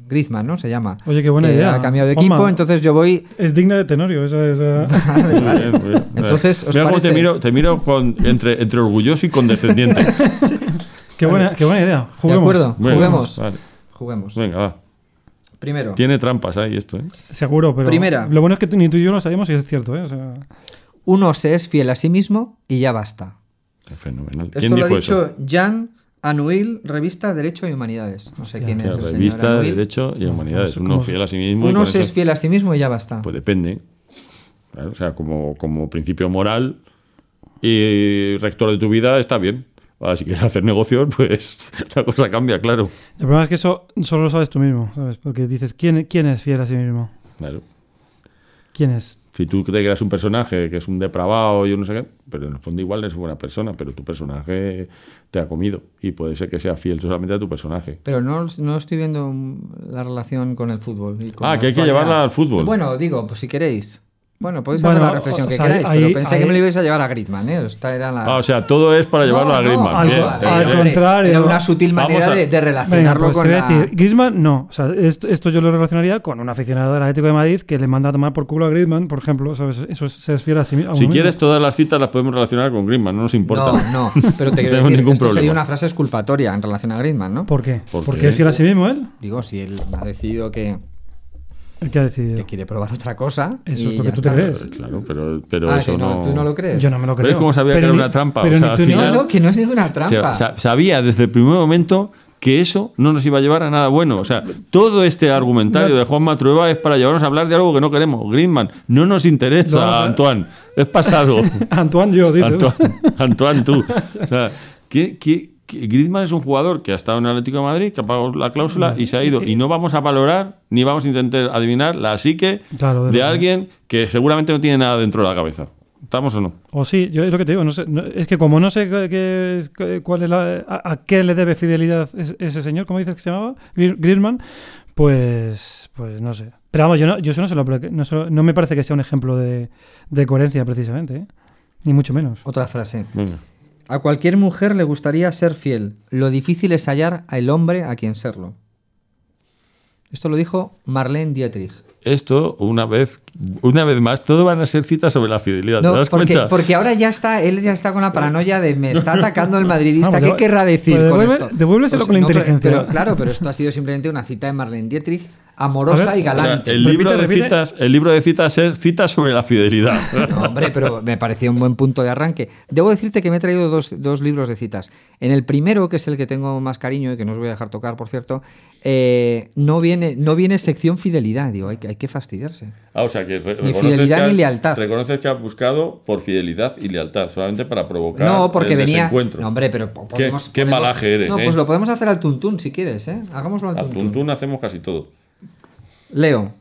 Speaker 3: Griezmann, ¿no? Se llama.
Speaker 1: Oye, qué buena
Speaker 3: que
Speaker 1: idea.
Speaker 3: Ha cambiado de
Speaker 1: Juanma.
Speaker 3: equipo, entonces yo voy...
Speaker 1: Es digna de Tenorio, eso es. eh.
Speaker 2: Muy bien, muy bien.
Speaker 3: Entonces, ¿os
Speaker 2: Mira cómo
Speaker 3: parece?
Speaker 2: te miro, te miro con- entre, entre orgulloso y condescendiente.
Speaker 1: qué, buena, qué buena idea. Juguemos.
Speaker 3: acuerdo.
Speaker 2: Bueno,
Speaker 3: Juguemos.
Speaker 2: vale. Pues
Speaker 3: Juguemos.
Speaker 2: Venga, va.
Speaker 3: Primero.
Speaker 2: Tiene trampas ahí esto, ¿eh?
Speaker 1: Seguro, pero.
Speaker 3: Primera.
Speaker 1: Lo bueno es que tú- ni tú y yo lo sabemos y es cierto, ¿eh? O sea,
Speaker 3: Uno se es fiel a sí mismo y ya basta.
Speaker 2: Qué fenomenal. ¿Quién
Speaker 3: Esto lo ha
Speaker 2: dijo eso?
Speaker 3: dicho Jan Anuil, revista Derecho y Humanidades. No sé quién
Speaker 2: O
Speaker 3: es
Speaker 2: sea,
Speaker 3: el
Speaker 2: revista
Speaker 3: señor
Speaker 2: de
Speaker 3: Anuil.
Speaker 2: Derecho y Humanidades.
Speaker 1: sé
Speaker 2: Uno
Speaker 1: cómo-
Speaker 2: fiel a sí mismo. y
Speaker 3: Uno
Speaker 2: con
Speaker 3: se
Speaker 2: esas-
Speaker 3: es fiel a sí mismo y ya basta.
Speaker 2: Pues depende. Claro, o sea, como, como principio moral y rector de tu vida está bien. Ahora, si quieres hacer negocios, pues la cosa cambia, claro.
Speaker 1: el problema es que eso solo lo sabes tú mismo, ¿sabes? Porque dices, ¿quién, quién es fiel a sí mismo?
Speaker 2: Claro.
Speaker 1: ¿Quién es?
Speaker 2: Si tú te creas un personaje que es un depravado y un no sé qué, pero en el fondo igual eres buena persona, pero tu personaje te ha comido y puede ser que sea fiel solamente a tu personaje.
Speaker 3: Pero no, no estoy viendo mm, la relación con el fútbol. y con
Speaker 2: Ah,
Speaker 3: la
Speaker 2: que hay que
Speaker 3: actualidad.
Speaker 2: llevarla al fútbol.
Speaker 3: Bueno, digo, pues si queréis. Bueno, podéis
Speaker 1: Bueno,
Speaker 3: hacer la reflexión
Speaker 1: o
Speaker 3: que
Speaker 1: sea,
Speaker 3: queráis,
Speaker 1: ahí-
Speaker 3: pero pensé
Speaker 1: ahí-
Speaker 3: que me lo ibais a llevar a Griezmann, ¿eh? Esta era la...
Speaker 2: Ah, o sea, todo es para llevarlo
Speaker 3: No,
Speaker 2: a
Speaker 3: no,
Speaker 2: Griezmann.
Speaker 1: al-
Speaker 2: Bien,
Speaker 1: al-
Speaker 2: te-
Speaker 1: al
Speaker 2: te-
Speaker 1: contrario.
Speaker 3: Era una sutil
Speaker 2: Vamos
Speaker 3: manera
Speaker 2: a-
Speaker 3: de, de
Speaker 1: Venga,
Speaker 3: relacionarlo
Speaker 1: pues te
Speaker 3: con
Speaker 1: voy a
Speaker 3: la...
Speaker 1: decir, Griezmann no. O sea, esto, esto yo lo relacionaría con un aficionado del Atlético de Madrid que le manda a tomar por culo a Griezmann, por ejemplo, ¿sabes? Eso es ser fiel a sí mismo. a un
Speaker 2: Si
Speaker 1: mismo.
Speaker 2: quieres, todas las citas las podemos relacionar con Griezmann, no nos importa.
Speaker 3: No, no, pero te quiero
Speaker 2: tengo
Speaker 3: decir,
Speaker 2: ningún
Speaker 3: esto sería
Speaker 2: problema.
Speaker 3: una frase exculpatoria en relación a Griezmann, ¿no?
Speaker 1: ¿Por qué?
Speaker 2: ¿Por
Speaker 1: Porque
Speaker 2: qué?
Speaker 1: es fiel a sí mismo él.
Speaker 3: Digo, si él ha decidido que,
Speaker 1: El que ha decidido.
Speaker 3: que quiere probar otra cosa...
Speaker 1: Eso
Speaker 3: y
Speaker 1: es lo
Speaker 3: ya
Speaker 1: que tú te
Speaker 3: está.
Speaker 1: crees.
Speaker 2: Claro, pero, pero
Speaker 3: Ah,
Speaker 2: eso
Speaker 3: que no, tú no lo crees.
Speaker 1: Yo no me lo creo.
Speaker 2: ¿Ves cómo sabía que
Speaker 1: Pero
Speaker 2: era
Speaker 1: ni-
Speaker 2: una trampa? O
Speaker 1: Pero
Speaker 2: sea,
Speaker 1: ni
Speaker 2: al
Speaker 1: tú ni yo.
Speaker 3: No,
Speaker 2: final-
Speaker 3: no, que no es ninguna
Speaker 2: O sea,
Speaker 3: trampa.
Speaker 2: sa- sabía desde el primer momento que eso no nos iba a llevar a nada bueno. O sea, todo este argumentario de Juan Matrueva es para llevarnos a hablar de algo que no queremos. Greenman, no nos interesa,
Speaker 1: No, no.
Speaker 2: Antoine. Es pasado.
Speaker 1: Antoine, yo, dices.
Speaker 2: Antoine, Antoine, tú. O sea, ¿qué, qué- qué- Griezmann es un jugador que ha estado en el Atlético de Madrid, que ha pagado la cláusula y se ha ido. Y no vamos a valorar ni vamos a intentar adivinar la psique
Speaker 1: Claro, de
Speaker 2: de,
Speaker 1: los-
Speaker 2: alguien que seguramente no tiene nada dentro de la cabeza. ¿Estamos o no?
Speaker 1: O sí, yo es lo que te digo. no sé, no- es que como no sé qué- qué es- qué- cuál es la- a, a qué le debe fidelidad es- ese señor, como dices que se llamaba, Gri- Griezmann, pues, pues no sé. Pero vamos, yo, no, yo eso no, se lo apl- no, se lo- no me parece que sea un ejemplo de, de coherencia precisamente, ¿eh? ni mucho menos.
Speaker 3: Otra frase.
Speaker 2: Venga.
Speaker 3: A cualquier mujer le gustaría ser fiel. Lo difícil es hallar al hombre a quien serlo. Esto lo dijo Marlene Dietrich.
Speaker 2: Esto, una vez, una vez más, todo van a ser citas sobre la fidelidad.
Speaker 3: No,
Speaker 2: ¿Te das
Speaker 3: porque,
Speaker 2: cuenta?
Speaker 3: porque ahora ya está, él ya está con la paranoia de me está atacando el madridista.
Speaker 1: Vamos,
Speaker 3: ¿Qué
Speaker 1: devuelve-
Speaker 3: querrá decir
Speaker 1: pero
Speaker 3: con
Speaker 1: devuelve-
Speaker 3: esto? Pues
Speaker 1: devuélveselo con la
Speaker 3: pero-
Speaker 1: inteligencia.
Speaker 3: Pero, claro, pero esto ha sido simplemente una cita de Marlene Dietrich, amorosa
Speaker 1: A ver,
Speaker 3: y
Speaker 2: O sea,
Speaker 3: galante.
Speaker 2: el libro
Speaker 1: Repite,
Speaker 2: de
Speaker 1: repite.
Speaker 2: citas, el libro de citas es citas sobre la fidelidad.
Speaker 3: No, hombre, pero me parecía un buen punto de arranque. Debo decirte que me he traído dos, dos libros de citas. En el primero, que es el que tengo más cariño y que no os voy a dejar tocar, por cierto, eh, no, viene, no viene sección fidelidad. Digo, hay, que- hay que fastidiarse.
Speaker 2: Ah, o sea que re-
Speaker 3: Ni
Speaker 2: reconoces
Speaker 3: fidelidad
Speaker 2: que
Speaker 3: ni
Speaker 2: has-
Speaker 3: lealtad.
Speaker 2: Reconoces que has buscado por fidelidad y lealtad, solamente para provocar
Speaker 3: No, porque
Speaker 2: el
Speaker 3: venía.
Speaker 2: desencuentro.
Speaker 3: No, hombre, pero po-
Speaker 2: Qué-
Speaker 3: podemos.
Speaker 2: qué
Speaker 3: podemos-
Speaker 2: malaje eres,
Speaker 3: No,
Speaker 2: ¿eh?
Speaker 3: pues lo podemos hacer al tuntún si quieres, ¿eh? Hagámoslo al
Speaker 2: Al
Speaker 3: tuntún.
Speaker 2: tuntún hacemos casi todo.
Speaker 3: Leo.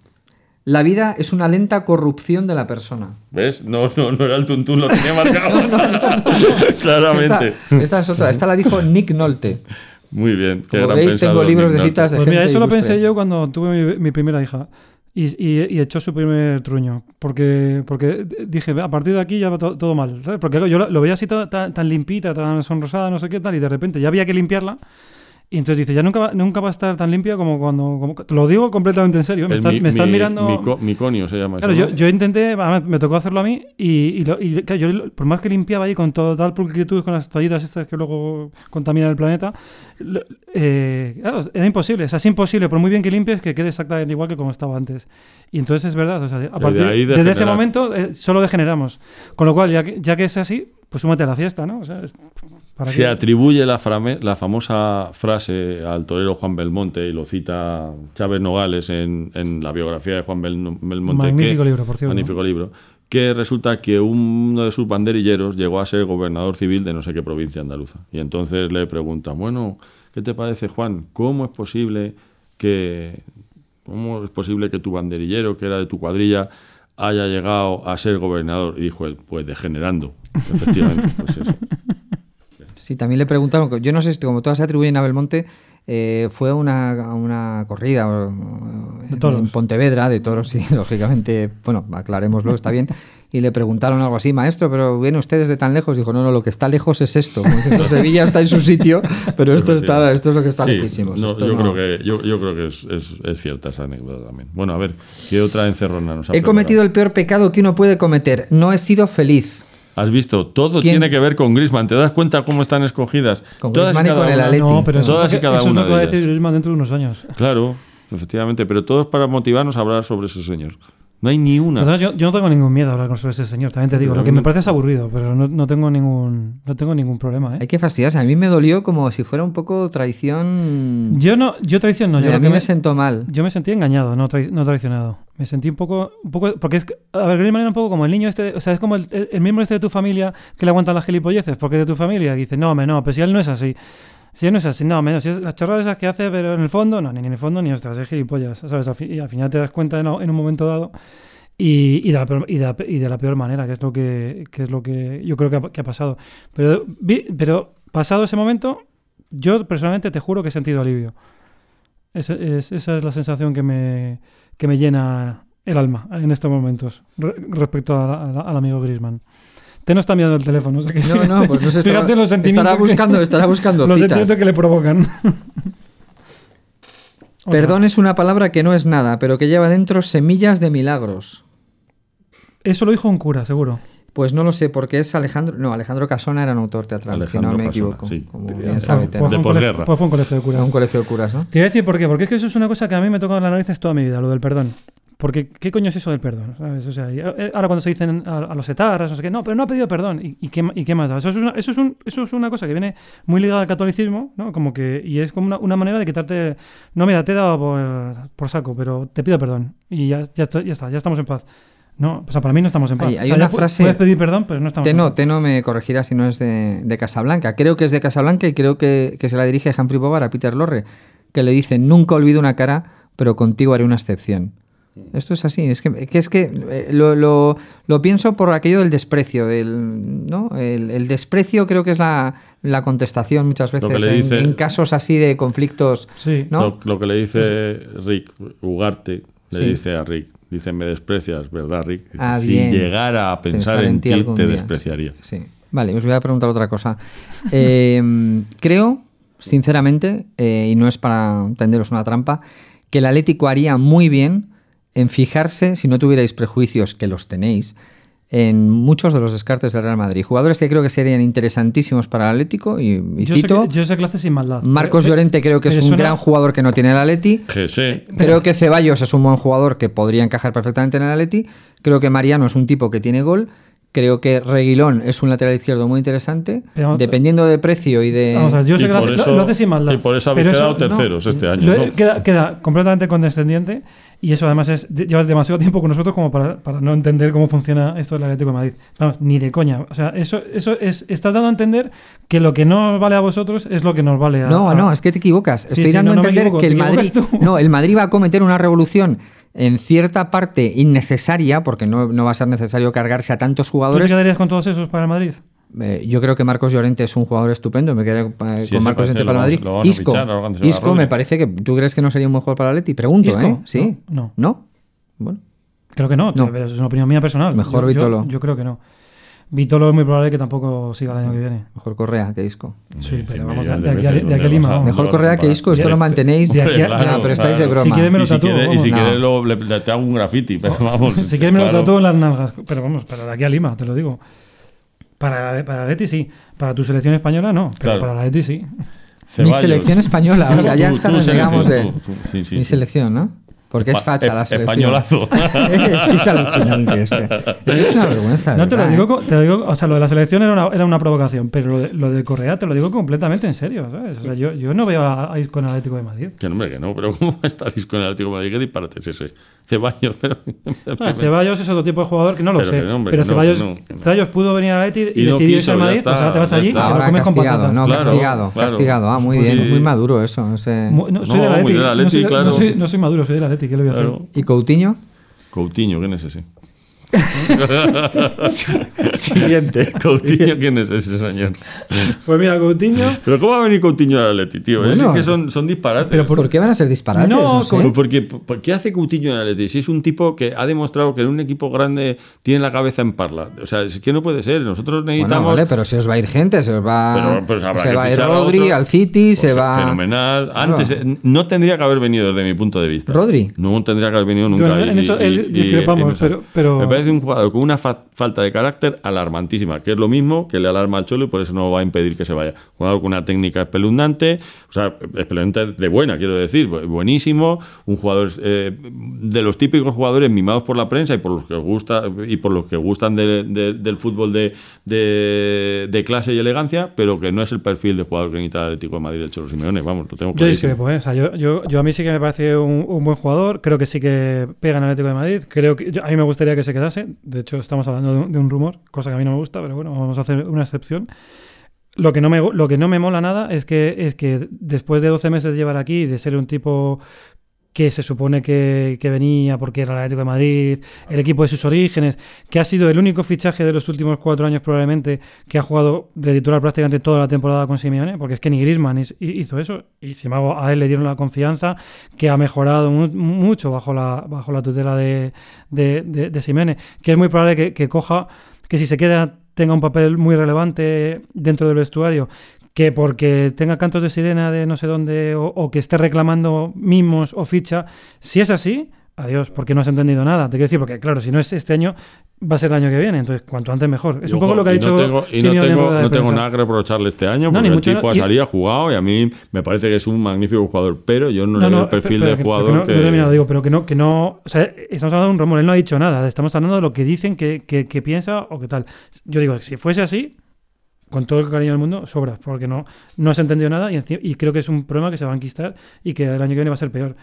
Speaker 3: La vida es una lenta corrupción de la persona.
Speaker 2: ¿Ves? No, no, no era el tuntún, lo tenía marcado.
Speaker 3: Esta,
Speaker 2: Claramente.
Speaker 3: esta es otra. Esta la dijo Nick Nolte.
Speaker 2: Muy bien. Qué
Speaker 3: Como
Speaker 2: gran
Speaker 3: veis, tengo
Speaker 2: pensador,
Speaker 3: libros de
Speaker 2: Ignacio.
Speaker 3: citas de
Speaker 1: Pues mira,
Speaker 3: gente
Speaker 1: eso lo
Speaker 3: ilustre.
Speaker 1: pensé yo cuando tuve mi, mi primera hija y, y- y echó su primer truño. Porque, porque dije, a partir de aquí ya va to- todo mal. ¿sabes? Porque yo lo, lo veía así to- tan, tan limpita, tan sonrosada, no sé qué tal, y de repente ya había que limpiarla. Y entonces dice, ya nunca va, nunca va a estar tan limpia como cuando... como- te lo digo completamente en serio, ¿eh? me,
Speaker 2: Es
Speaker 1: están-
Speaker 2: Eh, mi-
Speaker 1: me están
Speaker 2: mi-
Speaker 1: mirando...
Speaker 2: mi co- Miconio se llama
Speaker 1: Claro,
Speaker 2: Pues eso.
Speaker 1: yo,
Speaker 2: ¿no?
Speaker 1: yo intenté, además, me tocó hacerlo a mí y, y lo- y, claro, yo lo- por más que limpiaba ahí con total pulcritud, con las toallitas estas que luego contaminan el planeta, lo- eh, claro, era imposible, o sea, es imposible, por muy bien que limpies, que quede exactamente igual que como estaba antes. Y entonces es verdad, o sea, a
Speaker 2: Desde
Speaker 1: partir,
Speaker 2: ahí
Speaker 1: desde ese
Speaker 2: degenerar.
Speaker 1: momento eh, solo degeneramos. Con lo cual, ya que, ya que es así, pues súmate a la fiesta, ¿no? O sea, es- ¿para
Speaker 2: Se
Speaker 1: qué?
Speaker 2: atribuye la, frame- la famosa frase al torero Juan Belmonte y lo cita Chávez Nogales en, en la biografía de Juan Bel- Belmonte.
Speaker 1: Magnífico
Speaker 2: que-
Speaker 1: libro, por cierto.
Speaker 2: Magnífico libro. Que resulta que uno de sus banderilleros llegó a ser gobernador civil de no sé qué provincia andaluza. Y entonces le preguntan, bueno, ¿qué te parece Juan? ¿Cómo es posible que, cómo es posible que tu banderillero, que era de tu cuadrilla, haya llegado a ser gobernador? Y dijo él, pues degenerando. Efectivamente, pues eso.
Speaker 3: Sí, también le preguntaron, que- yo no sé si como todas se atribuyen a Belmonte, eh, fue una, una corrida o- eh,
Speaker 1: De
Speaker 3: en-
Speaker 1: toros.
Speaker 3: en Pontevedra, de toros, sí, lógicamente, bueno, aclarémoslo, está bien. y le preguntaron algo así, maestro, pero viene ustedes de tan lejos. Dijo, no, no, lo que está lejos es esto. Como diciendo, Sevilla está en su sitio, pero esto, está, esto es lo que está
Speaker 2: Sí,
Speaker 3: lejísimos.
Speaker 2: no,
Speaker 3: Esto
Speaker 2: yo, Creo
Speaker 3: no.
Speaker 2: que, yo, yo creo que es, es, es cierta esa anécdota también. Bueno, a ver, ¿qué otra encerrona nos ha
Speaker 3: He
Speaker 2: preparado?
Speaker 3: cometido el peor pecado que uno puede cometer. No he sido feliz.
Speaker 2: Has visto, todo
Speaker 3: ¿Quién?
Speaker 2: tiene que ver con Griezmann. ¿Te das cuenta cómo están escogidas?
Speaker 3: Con
Speaker 2: Todas y
Speaker 3: Griezmann y
Speaker 2: cada
Speaker 3: con el
Speaker 2: una-
Speaker 3: Atleti.
Speaker 1: No, pero eso,
Speaker 2: Todas
Speaker 1: es
Speaker 2: y
Speaker 1: lo que-
Speaker 2: cada
Speaker 1: eso es
Speaker 2: una
Speaker 1: lo que va a
Speaker 2: de
Speaker 1: decir Griezmann dentro de unos años.
Speaker 2: Claro, efectivamente, pero todos para motivarnos a hablar sobre ese señor. No hay ni una.
Speaker 1: Entonces, yo, yo no tengo ningún miedo a hablar con sobre ese señor, también te digo. Lo que me parece es aburrido, pero no, no tengo ningún no tengo ningún problema.
Speaker 3: Hay
Speaker 1: ¿eh?
Speaker 3: que fastidiarse. A mí me dolió como si fuera un poco traición.
Speaker 1: Yo no, yo traición no. Yo,
Speaker 3: a
Speaker 1: lo
Speaker 3: mí
Speaker 1: que
Speaker 3: me
Speaker 1: me,
Speaker 3: sentó mal.
Speaker 1: yo me sentí engañado, no, trai- no traicionado. Me sentí un poco, un poco porque es que- a ver, Griezmann era un poco como el niño este, o sea, es como el, el- el miembro este de tu familia que le aguantan las gilipolleces porque es de tu familia y dice, no, me no, pero si él no es así. Si él no es así, no, menos. Si es las chorradas esas que hace, pero en el fondo, no, ni ni en el fondo ni ostras, es gilipollas, ¿sabes? Al fi- y al final te das cuenta en, en un momento dado y, y de la, peor- y, de la, pe- y de la peor manera, que es lo que, que es lo que yo creo que ha, que ha pasado. Pero, vi- pero pasado ese momento, yo personalmente te juro que he sentido alivio. Esa es, esa es la sensación que me, que me llena el alma en estos momentos re- respecto a la- a la- al amigo Grisman. Te no está mirando el teléfono, o sea que
Speaker 3: No, no, pues no se
Speaker 1: fíjate
Speaker 3: estará,
Speaker 1: los sentimientos
Speaker 3: estará
Speaker 1: que-
Speaker 3: buscando, estará buscando
Speaker 1: los
Speaker 3: citas.
Speaker 1: sentimientos que le provocan. Otra.
Speaker 3: Perdón es una palabra que no es nada, pero que lleva dentro semillas de milagros.
Speaker 1: Eso lo dijo un cura, seguro.
Speaker 3: Pues no lo sé, porque es Alejandro. No, Alejandro Casona era un autor teatral,
Speaker 2: Alejandro
Speaker 3: si no me
Speaker 2: Casona,
Speaker 3: equivoco.
Speaker 2: sí.
Speaker 3: como
Speaker 2: De-
Speaker 3: bien
Speaker 2: de-
Speaker 3: sabe
Speaker 2: de-
Speaker 3: Tena.
Speaker 1: fue un
Speaker 2: posguerra.
Speaker 1: colegio- pues fue un colegio de
Speaker 3: Era
Speaker 1: curas.
Speaker 3: un colegio de curas, ¿no?
Speaker 1: Te voy a decir por qué, porque es que eso es una cosa que a mí me toca la nariz toda mi vida, lo del perdón. Porque, ¿qué coño es eso del perdón? ¿Sabes? O sea, y, eh, ahora cuando se dicen a, a los etarras, no sé qué, no, pero no ha pedido perdón. ¿Y, y qué, ma- y qué más da? Eso es, una, eso, es un- eso es una cosa que viene muy ligada al catolicismo, ¿no? Como que, y es como una, una manera de quitarte, no, mira, te he dado por, por saco, pero te pido perdón. Y ya, ya, está- ya está, ya estamos en paz. No, o sea, para mí no estamos en paz.
Speaker 3: Hay- hay
Speaker 1: O sea,
Speaker 3: una
Speaker 1: ya pu-
Speaker 3: frase-
Speaker 1: Puedes pedir perdón, pero no estamos en
Speaker 3: Teno,
Speaker 1: paz.
Speaker 3: Teno me corregirá si no es de, de Casablanca. Creo que es de Casablanca y creo que, que se la dirige Humphrey Bogart a Peter Lorre, que le dice, nunca olvido una cara, pero contigo haré una excepción.
Speaker 2: Mm.
Speaker 3: Esto es así, es que, que es que eh, lo, lo- lo pienso por aquello del desprecio, del, ¿no? El, el desprecio creo que es la, la contestación muchas
Speaker 2: que
Speaker 3: veces
Speaker 2: le
Speaker 3: en,
Speaker 2: dice-
Speaker 3: en casos así de conflictos,
Speaker 1: Sí.
Speaker 3: ¿no?
Speaker 2: Lo, lo que le dice Rick Ugarte, le
Speaker 3: Sí.
Speaker 2: dice a Rick, dice, me desprecias, ¿verdad, Rick? Dice,
Speaker 3: Ah,
Speaker 2: si
Speaker 3: bien.
Speaker 2: llegara a pensar, en ti,
Speaker 3: algún
Speaker 2: te
Speaker 3: día".
Speaker 2: despreciaría.
Speaker 3: Sí. Vale, os voy a preguntar otra cosa. Eh, creo, sinceramente, eh, y no es para tenderos una trampa, que el Atlético haría muy bien en fijarse, si no tuvierais prejuicios, que los tenéis, en muchos de los descartes del Real Madrid. Jugadores que creo que serían interesantísimos para el Atlético, y, y
Speaker 1: Yo,
Speaker 3: cito,
Speaker 1: sé que, yo sé que lo hace sin maldad.
Speaker 3: Marcos
Speaker 1: Pero- eh,
Speaker 3: Llorente creo que es
Speaker 1: pero
Speaker 3: un
Speaker 1: suena-
Speaker 3: gran jugador que no tiene el Atleti.
Speaker 2: Jesse,
Speaker 3: Creo que Ceballos es un buen jugador que podría encajar perfectamente en el Atleti. Creo que Mariano es un tipo que tiene gol. Creo que Reguilón es un lateral izquierdo muy interesante.
Speaker 1: Pero vamos-
Speaker 3: Dependiendo de precio y de.
Speaker 1: Vamos a ver, yo
Speaker 2: Y
Speaker 1: sé que lo
Speaker 2: por
Speaker 1: hace, lo-
Speaker 2: eso-
Speaker 1: lo hace sin maldad.
Speaker 2: y por eso habéis
Speaker 1: pero
Speaker 2: quedado
Speaker 1: no,
Speaker 2: terceros este año,
Speaker 1: lo-
Speaker 2: ¿no?
Speaker 1: queda, queda completamente condescendiente y eso además es de- llevas demasiado tiempo con nosotros como para, para no entender cómo funciona esto del Atlético de Madrid. Vamos, ni de coña. O sea, eso, eso es, estás dando a entender que lo que no os vale a vosotros es lo que nos vale a...
Speaker 3: No,
Speaker 1: a-
Speaker 3: no, es que te equivocas.
Speaker 1: Sí,
Speaker 3: Estoy
Speaker 1: sí,
Speaker 3: dando
Speaker 1: no, no
Speaker 3: a
Speaker 1: me
Speaker 3: entender
Speaker 1: equivoco,
Speaker 3: que el
Speaker 1: te
Speaker 3: Madrid.
Speaker 1: equivocas tú.
Speaker 3: No, el Madrid va a cometer una revolución en cierta parte innecesaria, porque no, no va a ser necesario cargarse a tantos
Speaker 1: ¿Tú te
Speaker 3: jugadores.
Speaker 1: quedarías con todos esos para el Madrid?
Speaker 3: Eh, yo creo que Marcos Llorente es un jugador estupendo. Me quedaría eh,
Speaker 2: Sí,
Speaker 3: con
Speaker 2: ese
Speaker 3: Marcos
Speaker 2: parece
Speaker 3: Llorente
Speaker 2: lo
Speaker 3: para el
Speaker 2: vamos-
Speaker 3: Madrid.
Speaker 2: lo van a
Speaker 3: Isco,
Speaker 2: fichar ahora cuando se vaya
Speaker 3: Isco
Speaker 2: Rodri.
Speaker 3: me parece que. ¿Tú crees que no sería un buen jugador para el Atleti? Pregunto,
Speaker 1: ¿Isco?
Speaker 3: ¿eh? Sí.
Speaker 1: No,
Speaker 3: ¿No? Bueno.
Speaker 1: Creo que no,
Speaker 3: No.
Speaker 1: pero es una opinión mía personal. Yo-
Speaker 3: Mejor
Speaker 1: yo-
Speaker 3: Vitolo.
Speaker 1: Yo, creo que no. Vitolo es muy probable que tampoco siga el año que viene.
Speaker 3: Mejor Correa que Isco.
Speaker 1: Sí,
Speaker 2: Sí,
Speaker 1: pero vamos, de,
Speaker 2: millones
Speaker 1: de aquí a,
Speaker 2: veces,
Speaker 1: de aquí a
Speaker 2: ¿dónde
Speaker 1: Lima.
Speaker 2: vas a-
Speaker 1: vamos.
Speaker 3: Mejor
Speaker 2: dónde vas a
Speaker 3: Correa que
Speaker 2: comparar?
Speaker 3: Isco, esto lo mantenéis.
Speaker 1: De aquí a-
Speaker 2: Hombre,
Speaker 1: no,
Speaker 3: pero estáis de broma.
Speaker 1: Si quieres me lo
Speaker 2: Y si
Speaker 1: tatúo,
Speaker 2: quieres- Y
Speaker 1: vamos.
Speaker 2: si
Speaker 3: No.
Speaker 2: quieres, lo- le- le- te hago un graffiti, pero vamos. este,
Speaker 1: Si quieres me lo
Speaker 2: claro.
Speaker 1: tatúo en las nalgas. Pero vamos, para de aquí a Lima, te lo digo. Para, para Leti sí. Para tu selección española no. Pero
Speaker 2: Claro.
Speaker 1: para la Leti sí.
Speaker 3: Mi
Speaker 2: Ceballos.
Speaker 3: selección española. O
Speaker 2: Tú,
Speaker 3: sea, ya
Speaker 2: tú,
Speaker 3: hasta
Speaker 2: tú,
Speaker 3: nos
Speaker 2: selección,
Speaker 3: llegamos de.
Speaker 2: tú, tú. Sí, sí,
Speaker 3: Mi
Speaker 2: sí.
Speaker 3: selección, ¿no? Porque es
Speaker 2: Pa-
Speaker 3: facha la
Speaker 2: e-
Speaker 3: selección.
Speaker 2: Españolazo.
Speaker 3: es que es alucinante este. Es que es una vergüenza. de
Speaker 1: No te lo
Speaker 3: verdad,
Speaker 1: digo,
Speaker 3: ¿eh?
Speaker 1: co- te lo digo. O sea, lo de la selección era una, era una provocación. Pero lo de, lo de Correa te lo digo completamente en serio. ¿sabes? O sea, yo, yo no veo a, a ir con el Atlético de Madrid. Ah,
Speaker 2: Que no, hombre, que no, pero ¿cómo estaréis con el Atlético de Madrid? ¿Qué disparate es ese? Ceballos, pero.
Speaker 1: Ah, Ceballos es otro tipo de jugador que no lo
Speaker 2: Pero
Speaker 1: sé.
Speaker 2: que no, hombre,
Speaker 1: pero
Speaker 2: que no,
Speaker 1: Ceballos,
Speaker 2: que no.
Speaker 1: Ceballos pudo venir a la Leti y,
Speaker 2: Y no
Speaker 1: decidió irse
Speaker 2: quiso,
Speaker 1: al
Speaker 2: ya
Speaker 1: Madrid.
Speaker 2: está,
Speaker 1: o sea, te vas
Speaker 2: ya
Speaker 1: allí y te
Speaker 2: está.
Speaker 1: lo
Speaker 3: Ahora
Speaker 1: comes con
Speaker 3: castigado,
Speaker 1: patatas.
Speaker 3: no,
Speaker 2: Claro,
Speaker 3: castigado,
Speaker 2: claro. Pues
Speaker 3: castigado. Ah, muy
Speaker 2: Sí.
Speaker 3: bien, muy maduro eso. ese-
Speaker 1: Mu- no, soy
Speaker 2: No,
Speaker 1: de la
Speaker 2: muy
Speaker 1: Leti.
Speaker 2: de la
Speaker 1: no, soy,
Speaker 2: Leti,
Speaker 1: no
Speaker 2: claro.
Speaker 1: soy- no soy maduro, soy de la Leti. ¿Qué le voy a hacer?
Speaker 2: Claro.
Speaker 3: ¿Y Coutinho?
Speaker 2: Coutinho, ¿quién es ese? Siguiente. Coutinho, ¿quién es ese señor?
Speaker 1: Pues mira, Coutinho.
Speaker 2: Pero ¿cómo va a venir Coutinho al Atleti, tío? Es
Speaker 3: Bueno.
Speaker 2: que son, son disparates.
Speaker 3: Pero ¿por qué van a ser disparates?
Speaker 1: No,
Speaker 3: No, sé.
Speaker 1: como-
Speaker 2: Pues porque, ¿por qué hace Coutinho en el Atleti? Si es un tipo que ha demostrado que en un equipo grande tiene la cabeza en parla. O sea, es que no puede ser. Nosotros
Speaker 3: Bueno,
Speaker 2: necesitamos...
Speaker 3: vale, pues, pero se os va a ir gente, se os va,
Speaker 2: Pero, pues, habrá
Speaker 3: se
Speaker 2: que
Speaker 3: va a ir
Speaker 2: fichar a
Speaker 3: Rodri
Speaker 2: otro.
Speaker 3: al City,
Speaker 2: O sea,
Speaker 3: se va...
Speaker 2: Fenomenal. Antes,
Speaker 3: Claro.
Speaker 2: eh, no tendría que haber venido desde mi punto de vista.
Speaker 3: ¿Rodri?
Speaker 2: No tendría que haber venido nunca.
Speaker 1: Bueno, en eso es- discrepamos,
Speaker 2: no sé.
Speaker 1: pero- pero-
Speaker 2: Me parece un jugador con una fa- falta de carácter alarmantísima, que es lo mismo que le alarma al Cholo y por eso no va a impedir que se vaya. Jugador con una técnica espeluznante, o sea, espeluznante de buena, quiero decir, bu- buenísimo. Un jugador eh, de los típicos jugadores mimados por la prensa y por los que gusta y por los que gustan de- de- del fútbol de, de- de clase y elegancia, pero que no es el perfil de jugador que necesita el Atlético de Madrid el Cholo Simeone. Vamos, lo tengo
Speaker 1: Yo
Speaker 2: clarísimo.
Speaker 1: discrepo, ¿eh? O sea, yo, yo, yo a mí sí que me parece un, un buen jugador. Creo que sí que pega en Atlético de Madrid. Creo que yo- a mí me gustaría que se quedase. De hecho, estamos hablando de un, de un rumor, cosa que a mí no me gusta, pero bueno, vamos a hacer una excepción. Lo que no me, gu- lo que no me mola nada es que, es que después de 12 meses de llevar aquí, y de ser un tipo que se supone que, que venía porque era el Atlético de Madrid, el equipo de sus orígenes, que ha sido el único fichaje de los últimos cuatro años probablemente que ha jugado de titular prácticamente toda la temporada con Simeone, porque es que ni Griezmann hiz- hizo eso, y sin embargo a él le dieron la confianza, que ha mejorado mu- mucho bajo la, bajo la tutela de, de, de- de Simeone, que es muy probable que, que coja, que si se queda tenga un papel muy relevante dentro del vestuario, que porque tenga cantos de sirena de no sé dónde o, o que esté reclamando mimos o ficha, si es así, adiós, porque no has entendido nada. Te quiero decir, porque claro, si no es este año, va a ser el año que viene, entonces cuanto antes mejor. Es
Speaker 2: Y
Speaker 1: un poco
Speaker 2: ojo,
Speaker 1: lo que ha
Speaker 2: y no
Speaker 1: dicho
Speaker 2: tengo- y
Speaker 1: Simeone
Speaker 2: no
Speaker 1: en
Speaker 2: tengo,
Speaker 1: rueda de
Speaker 2: no tengo
Speaker 1: prensa.
Speaker 2: nada que reprocharle este año
Speaker 1: No,
Speaker 2: porque
Speaker 1: ni
Speaker 2: el
Speaker 1: mucho,
Speaker 2: tipo ha
Speaker 1: y-
Speaker 2: salido, ha jugado y a mí me parece que es un magnífico jugador, pero yo no,
Speaker 1: No,
Speaker 2: le veo
Speaker 1: no,
Speaker 2: el
Speaker 1: pero-
Speaker 2: perfil de
Speaker 1: pero que-
Speaker 2: jugador
Speaker 1: pero que no-
Speaker 2: que...
Speaker 1: no he terminado, digo, pero que no, que no. O sea, estamos hablando de un rumor, él no ha dicho nada. Estamos hablando de lo que dicen, que, que- que piensa o qué tal. Yo digo, si fuese así, con todo el cariño del mundo, sobras, porque no, no has entendido nada y, enci- y creo que es un problema que se va a enquistar y que el año que viene va a ser peor.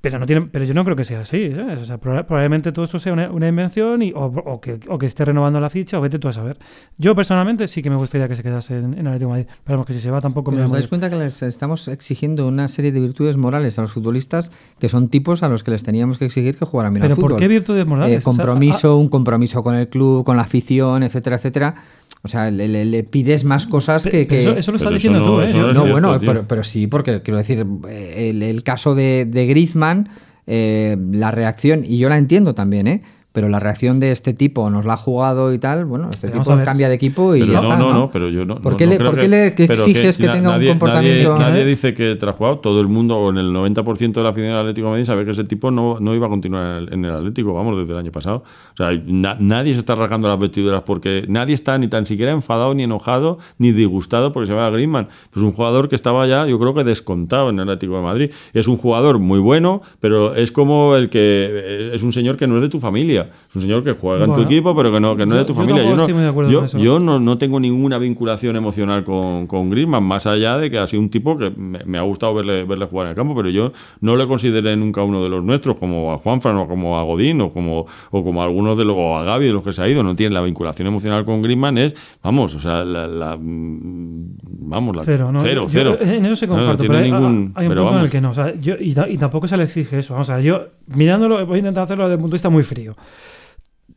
Speaker 1: Pero, no tiene, pero yo no creo que sea así. ¿sabes? O sea, proba- probablemente todo esto sea una, una invención y, o, o que, o que esté renovando la ficha o vete tú a saber. Yo personalmente sí que me gustaría que se quedase en, en Atlético de Madrid. Esperamos que si se va tampoco me
Speaker 3: Pero
Speaker 1: voy a
Speaker 3: ¿Os dais
Speaker 1: morir.
Speaker 3: cuenta que les estamos exigiendo una serie de virtudes morales a los futbolistas que son tipos a los que les teníamos que exigir que jugaran bien
Speaker 1: Pero
Speaker 3: al fútbol?
Speaker 1: ¿por qué virtudes morales?
Speaker 3: Eh,
Speaker 1: O sea, ah,
Speaker 3: compromiso, un compromiso con el club, con la afición, etcétera, etcétera. O sea, le, le- le pides más cosas que...
Speaker 1: Pero
Speaker 3: que-
Speaker 1: Eso, eso lo estás
Speaker 2: Pero eso
Speaker 1: diciendo
Speaker 2: no-
Speaker 1: tú, ¿eh?
Speaker 2: eso
Speaker 1: Yo-
Speaker 2: no es
Speaker 3: No,
Speaker 2: cierto,
Speaker 3: bueno,
Speaker 2: tío.
Speaker 3: pero, pero sí, porque quiero decir, eh, el, el caso de, de Griezmann, eh, la reacción, y yo la entiendo también, ¿eh? Pero la reacción de este tipo nos la ha jugado y tal, bueno, este
Speaker 1: Pero vamos
Speaker 3: tipo
Speaker 1: a ver.
Speaker 3: cambia de equipo y
Speaker 2: Pero
Speaker 3: ya
Speaker 2: no,
Speaker 3: está,
Speaker 2: no, no, pero yo no.
Speaker 3: ¿Por
Speaker 2: no-
Speaker 3: qué
Speaker 2: no
Speaker 3: le,
Speaker 2: creo
Speaker 3: por qué le que
Speaker 2: pero
Speaker 3: exiges que,
Speaker 2: na-
Speaker 3: tenga
Speaker 2: nadie-
Speaker 3: un comportamiento? ¿eh?
Speaker 2: Nadie, nadie dice que tras jugado, todo el mundo, o en el 90% de la afición del Atlético de Madrid, sabe que ese tipo no, no iba a continuar en el, en el Atlético, vamos, desde el año pasado. O sea, na- nadie se está rasgando las vestiduras porque nadie está ni tan siquiera enfadado, ni enojado, ni disgustado porque se va a Griezmann. Pues un jugador que estaba ya, yo creo que descontado en el Atlético de Madrid. Es un jugador muy bueno, pero es como el que eh, es un señor que no es de tu familia. Es un señor que juega en
Speaker 1: Bueno,
Speaker 2: tu equipo, pero que no, que no es de tu
Speaker 1: yo- yo
Speaker 2: familia.
Speaker 1: tampoco
Speaker 2: no-
Speaker 1: estoy muy de acuerdo
Speaker 2: yo-
Speaker 1: con eso.
Speaker 2: yo yo no, no tengo ninguna vinculación emocional con, con Griezmann, más allá de que ha sido un tipo que me, me ha gustado verle, verle jugar en el campo, pero yo no le consideré nunca uno de los nuestros, como a Juanfran o como a Godín o como, o como a algunos de los, o a Gaby de los que se ha ido, no tiene la vinculación emocional con Griezmann, es, vamos, o sea, la, la- mm, vamos, la,
Speaker 1: Cero, ¿no?
Speaker 2: cero,
Speaker 1: Yo-
Speaker 2: cero.
Speaker 1: en eso se
Speaker 2: No, no
Speaker 1: comparto,
Speaker 2: tiene
Speaker 1: pero hay, ah,
Speaker 2: ningún-
Speaker 1: hay un
Speaker 2: pero
Speaker 1: punto en el
Speaker 2: vamos.
Speaker 1: que no. o sea, yo- y, ta- y tampoco se le exige eso. Vamos a ver, yo mirándolo, voy a intentar hacerlo desde un punto de vista muy frío.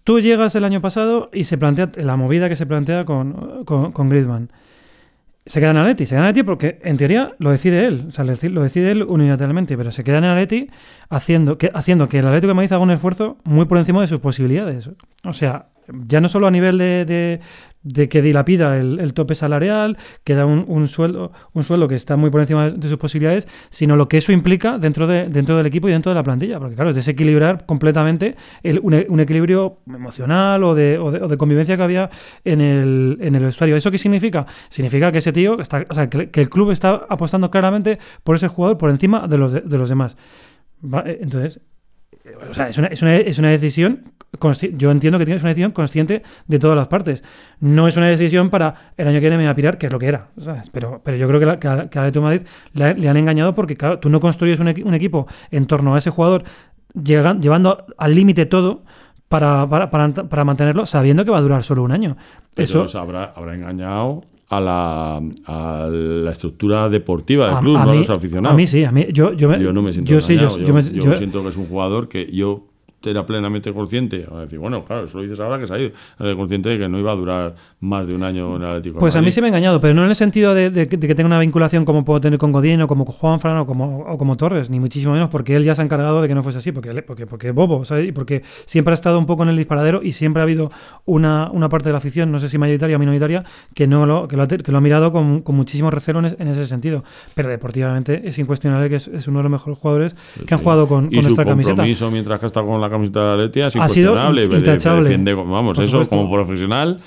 Speaker 1: Tú llegas el año pasado y se plantea la movida que se plantea con, con, con Griezmann. Se queda en Atleti, se queda en Atleti porque en teoría lo decide él, o sea, lo deci- lo decide él unilateralmente, pero se queda en Atleti haciendo que, haciendo que el Atlético de Madrid haga un esfuerzo muy por encima de sus posibilidades. O sea, ya no solo a nivel de, de- de que dilapida el, el tope salarial, que da un, un sueldo, un sueldo que está muy por encima de sus posibilidades, sino lo que eso implica dentro, de, dentro del equipo y dentro de la plantilla. Porque claro, es desequilibrar completamente el- un, e- un equilibrio emocional o de, o de- o de convivencia que había en el, en el vestuario. ¿Eso qué significa? Significa que ese tío, está, o sea, que, que el club está apostando claramente por ese jugador por encima de los, de- de los demás. Va, eh, Entonces, eh, o sea, es una, es una- es una decisión. consci- Yo entiendo que tiene- es una decisión consciente de todas las partes. No es una decisión para el año que viene me voy a pirar, que es lo que era. ¿sabes? Pero, pero yo creo que, la, que a- que a Atlético de Madrid le, le han engañado porque, claro, tú no construyes un, equi- un equipo en torno a ese jugador llegan- llevando al límite todo para, para, para- para mantenerlo sabiendo que va a durar solo un año.
Speaker 2: Pero
Speaker 1: Eso,
Speaker 2: se habrá, habrá engañado a la, a la estructura deportiva del
Speaker 1: a-
Speaker 2: club,
Speaker 1: a
Speaker 2: no a
Speaker 1: mí-
Speaker 2: los aficionados.
Speaker 1: A mí sí, a mí. Yo, yo, me,
Speaker 2: yo no me siento
Speaker 1: yo sí, yo-
Speaker 2: engañado.
Speaker 1: yo me-
Speaker 2: yo
Speaker 1: yo-
Speaker 2: siento que es un jugador que yo era plenamente consciente. Ahora decir, bueno, claro, eso lo dices ahora que se ha ido. Era consciente de que no iba a durar más de un año en el Atlético. de
Speaker 1: Pues a mí
Speaker 2: Madrid.
Speaker 1: se me ha engañado, pero no en el sentido de, de que de que tenga una vinculación como puedo tener con Godín o como con Juanfran o como, o como Torres, ni muchísimo menos, porque él ya se ha encargado de que no fuese así, porque, él- porque, porque es bobo, ¿sabes? Y porque siempre ha estado un poco en el disparadero y siempre ha habido una, una parte de la afición, no sé si mayoritaria o minoritaria, que, no lo, que, lo, ha, te- que lo ha mirado con, con muchísimo recelo en, es- en ese sentido. Pero deportivamente es incuestionable que es, es uno de los mejores jugadores que han jugado con,
Speaker 2: y
Speaker 1: con
Speaker 2: su
Speaker 1: nuestra camiseta.
Speaker 2: compromiso mientras que ha estado con la camiseta de Atleti es
Speaker 1: Ha sido
Speaker 2: incuestionable. de- de-
Speaker 1: intachable,
Speaker 2: defiende- vamos,
Speaker 1: por
Speaker 2: eso
Speaker 1: supuesto.
Speaker 2: como profesional,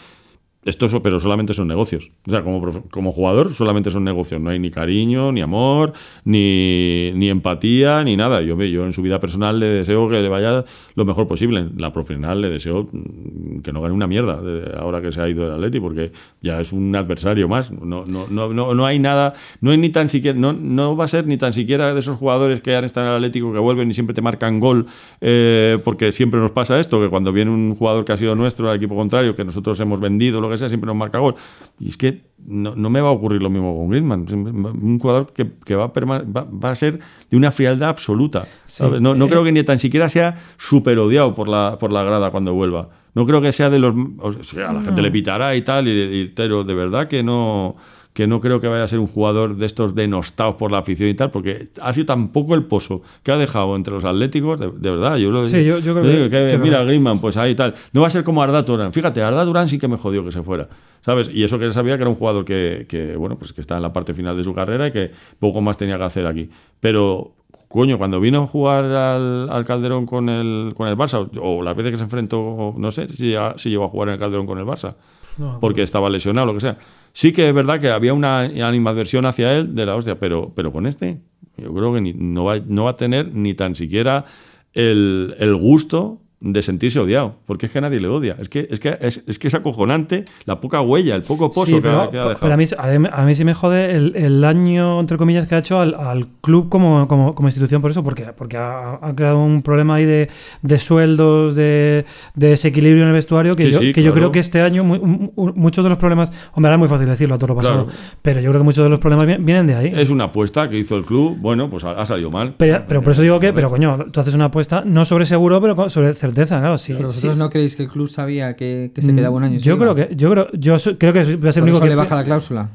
Speaker 2: esto es- pero solamente son negocios. O sea, como, profe- como jugador solamente son negocios. No hay ni cariño, ni amor, ni, ni empatía, ni nada. Yo, me- yo en su vida personal le deseo que le vaya lo mejor posible. En la profesional le deseo mm, que no gane una mierda eh, ahora que se ha ido del Atleti, porque ya es un adversario más. No, no, no, no, no hay nada, no hay ni tan siquiera, no, no va a ser ni tan siquiera de esos jugadores que han estado en el Atlético que vuelven y siempre te marcan gol, eh, porque siempre nos pasa esto, que cuando viene un jugador que ha sido nuestro al equipo contrario, que nosotros hemos vendido, lo que sea, siempre nos marca gol. Y es que no, no me va a ocurrir lo mismo con Griezmann, Siempre- un jugador que, que va, a perma- va, va a ser de una frialdad absoluta. ¿sabes? No, no creo que ni tan siquiera sea super odiado por la, por la grada cuando vuelva. No creo que sea de los... o sea, a la gente le pitará y tal, y- y- pero de verdad que no que no creo que vaya a ser un jugador de estos denostados por la afición y tal, porque ha sido tampoco el pozo que ha dejado entre los atléticos, de, de verdad, yo lo
Speaker 1: Sí, yo- yo creo
Speaker 2: digo
Speaker 1: que- que es
Speaker 2: mira,
Speaker 1: verdad.
Speaker 2: Griezmann, pues ahí tal. No va a ser como Arda Turán. Fíjate, Arda Turán sí que me jodió que se fuera, ¿sabes? Y eso que sabía que era un jugador que, que, bueno, pues que está en la parte final de su carrera y que poco más tenía que hacer aquí. Pero, coño, cuando vino a jugar al, al Calderón con el, con el Barça, o, o las veces que se enfrentó, no sé si, a- si llegó a jugar en el Calderón con el Barça,
Speaker 1: No,
Speaker 2: porque estaba lesionado, lo que sea. Sí que es verdad que había una animadversión hacia él de la hostia, pero, pero con este yo creo que ni- no, va, no va a tener ni tan siquiera el, el gusto de sentirse odiado, porque es que nadie le odia. Es que es, que es, es que es acojonante la poca huella, el poco pozo
Speaker 1: Sí,
Speaker 2: que,
Speaker 1: pero,
Speaker 2: ha, que ha dejado.
Speaker 1: pero a, mí, a mí- a mí sí me jode el, el daño, entre comillas, que ha hecho al, al club como, como, como institución por eso, porque, porque ha, ha creado un problema ahí de, de sueldos, de, de desequilibrio en el vestuario, que,
Speaker 2: Sí,
Speaker 1: yo,
Speaker 2: sí,
Speaker 1: que yo
Speaker 2: claro.
Speaker 1: creo que este año mu- mu- mu- muchos de los problemas, hombre, ahora es muy fácil decirlo a todo lo pasado,
Speaker 2: Claro. Eh,
Speaker 1: pero yo creo que muchos de los problemas vi- vienen de ahí.
Speaker 2: Es una apuesta que hizo el club, bueno, pues ha, ha salido mal.
Speaker 1: pero, pero por eso digo que, pero coño, tú haces una apuesta no sobre seguro, pero con- sobre certeza, claro. Sí,
Speaker 3: Pero vosotros no creéis que el club sabía que, Mm, que se quedaba un año. y se
Speaker 1: mm, Yo
Speaker 3: iba?
Speaker 1: creo que, yo creo, yo so- creo que voy a ser
Speaker 3: Por
Speaker 1: el único
Speaker 3: eso
Speaker 1: que
Speaker 3: le baja la cláusula.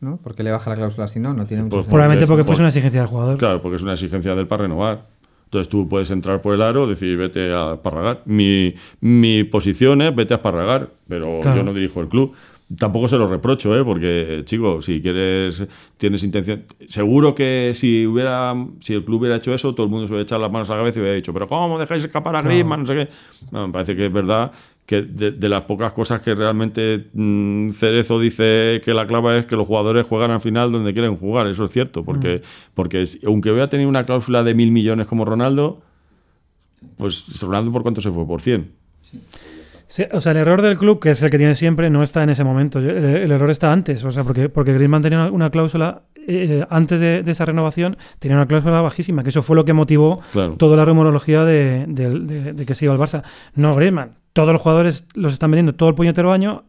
Speaker 3: ¿No? Porque le baja la cláusula si no, no tiene mucho
Speaker 2: Pues-
Speaker 3: sentido.
Speaker 1: probablemente
Speaker 2: Porque
Speaker 1: porque
Speaker 2: es-
Speaker 1: fuese una exigencia del jugador.
Speaker 2: Claro, porque es una exigencia del para renovar. Entonces tú puedes entrar por el aro, decir vete a esparragar. Mi, mi posición es vete a esparragar, pero
Speaker 1: Claro.
Speaker 2: yo no dirijo el club. Tampoco se lo reprocho, ¿eh? porque, eh, chico, si quieres, tienes intención. Seguro que si hubiera, si el club hubiera hecho eso, todo el mundo se hubiera echado las manos a la cabeza y hubiera dicho, pero ¿cómo dejáis escapar a Griezmann? No sé qué. No, me parece que es verdad que de, de las pocas cosas que realmente mm, Cerezo dice que la clava es que los jugadores juegan al final donde quieren jugar, eso es cierto, porque, porque si- aunque hubiera tenido una cláusula de mil millones como Ronaldo, pues Ronaldo por cuánto se fue, por 100.
Speaker 1: Sí, o sea, el error del club, que es el que tiene siempre, no está en ese momento. Yo- El, el error está antes, o sea, porque, porque Griezmann tenía una, una cláusula eh, antes de, de esa renovación, tenía una cláusula bajísima, que eso fue lo que motivó
Speaker 2: Claro.
Speaker 1: toda la rumorología de, del- de- de que se iba al Barça. No, Griezmann, todos los jugadores los están vendiendo todo el puñetero año.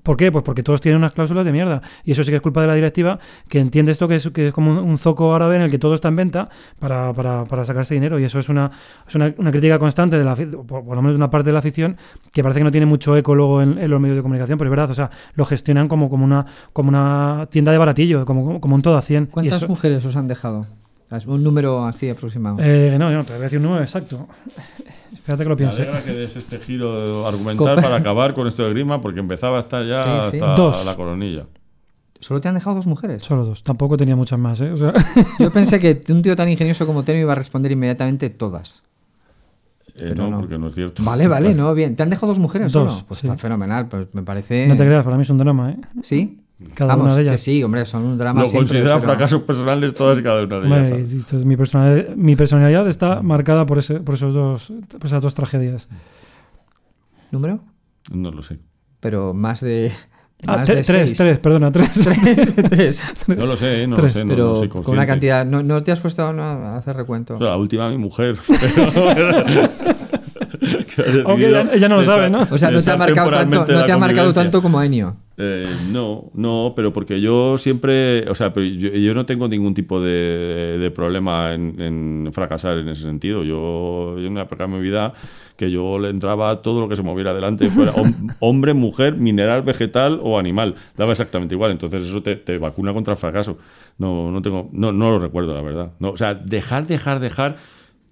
Speaker 1: ¿Por qué? Pues porque todos tienen unas cláusulas de mierda. Y eso sí que es culpa de la directiva, que entiende esto que es, que es como un, un zoco árabe en el que todo está en venta para, para- para sacarse dinero. Y eso es una, es una, una crítica constante, de la, afi- por, por lo menos de una parte de la afición, que parece que no tiene mucho eco luego en, en los medios de comunicación, pero es verdad, o sea, lo gestionan como, como, una, como una tienda de baratillo, como, como, como un todo a 100. Y
Speaker 3: ¿Cuántas
Speaker 1: eso-
Speaker 3: mujeres os han dejado? Es Un número así aproximado.
Speaker 1: eh, no, no, te voy a decir un número exacto. Espérate que lo
Speaker 2: Me
Speaker 1: piense.
Speaker 2: alegra que des este giro argumental
Speaker 3: Copa-
Speaker 2: para acabar con esto de Grima, porque empezaba a estar ya
Speaker 3: Sí, sí.
Speaker 2: hasta
Speaker 1: Dos.
Speaker 2: la coronilla.
Speaker 3: ¿Solo te han dejado dos mujeres?
Speaker 1: Solo dos, tampoco tenía muchas más, ¿eh? O sea,
Speaker 3: Yo pensé que un tío tan ingenioso como Teno iba a responder inmediatamente todas.
Speaker 2: Eh,
Speaker 3: Pero
Speaker 2: no,
Speaker 3: no.
Speaker 2: porque no es cierto.
Speaker 3: Vale, vale, no, bien. ¿Te han dejado dos mujeres
Speaker 1: Dos,
Speaker 3: solo? Pues
Speaker 1: sí.
Speaker 3: está fenomenal, pues me parece.
Speaker 1: no te creas, para mí es un drama, ¿eh?
Speaker 3: ¿Sí?
Speaker 1: Cada
Speaker 3: Vamos,
Speaker 1: una de
Speaker 3: que
Speaker 1: ellas.
Speaker 3: sí, hombre, son un drama
Speaker 2: Lo
Speaker 3: siempre,
Speaker 2: considera
Speaker 3: pero-
Speaker 2: fracasos personales todas y cada una de
Speaker 1: Hombre,
Speaker 2: ellas.
Speaker 1: y esto es mi, personalidad, mi personalidad está marcada por, ese, por, esos dos, por esas dos tragedias.
Speaker 3: ¿Número?
Speaker 2: No lo sé.
Speaker 3: Pero más de.
Speaker 1: Ah,
Speaker 3: más
Speaker 1: tre-
Speaker 3: de
Speaker 1: tres,
Speaker 3: seis.
Speaker 1: tres, perdona, tres.
Speaker 3: Tres, tres.
Speaker 2: No lo sé, eh, no
Speaker 1: Tres.
Speaker 2: lo sé. No,
Speaker 3: Pero
Speaker 2: no soy
Speaker 3: con una
Speaker 2: consciente.
Speaker 3: cantidad. No, no te has puesto a a hacer recuento.
Speaker 2: La última, mi mujer.
Speaker 1: Aunque ella- ella no lo sabe, ¿no?
Speaker 3: O sea, no te ha marcado tanto, no te ha marcado tanto como a Enio.
Speaker 2: Eh, no, no, pero porque yo siempre, o sea, pero yo, yo no tengo ningún tipo de, de problema en, en fracasar en ese sentido. Yo, yo en una época de mi vida que yo le entraba a todo lo que se moviera adelante, fuera hom- hombre, mujer, mineral, vegetal o animal, daba exactamente igual. Entonces eso te, te vacuna contra el fracaso. No, no tengo, no, no lo recuerdo la verdad. No, o sea, dejar, dejar, dejar.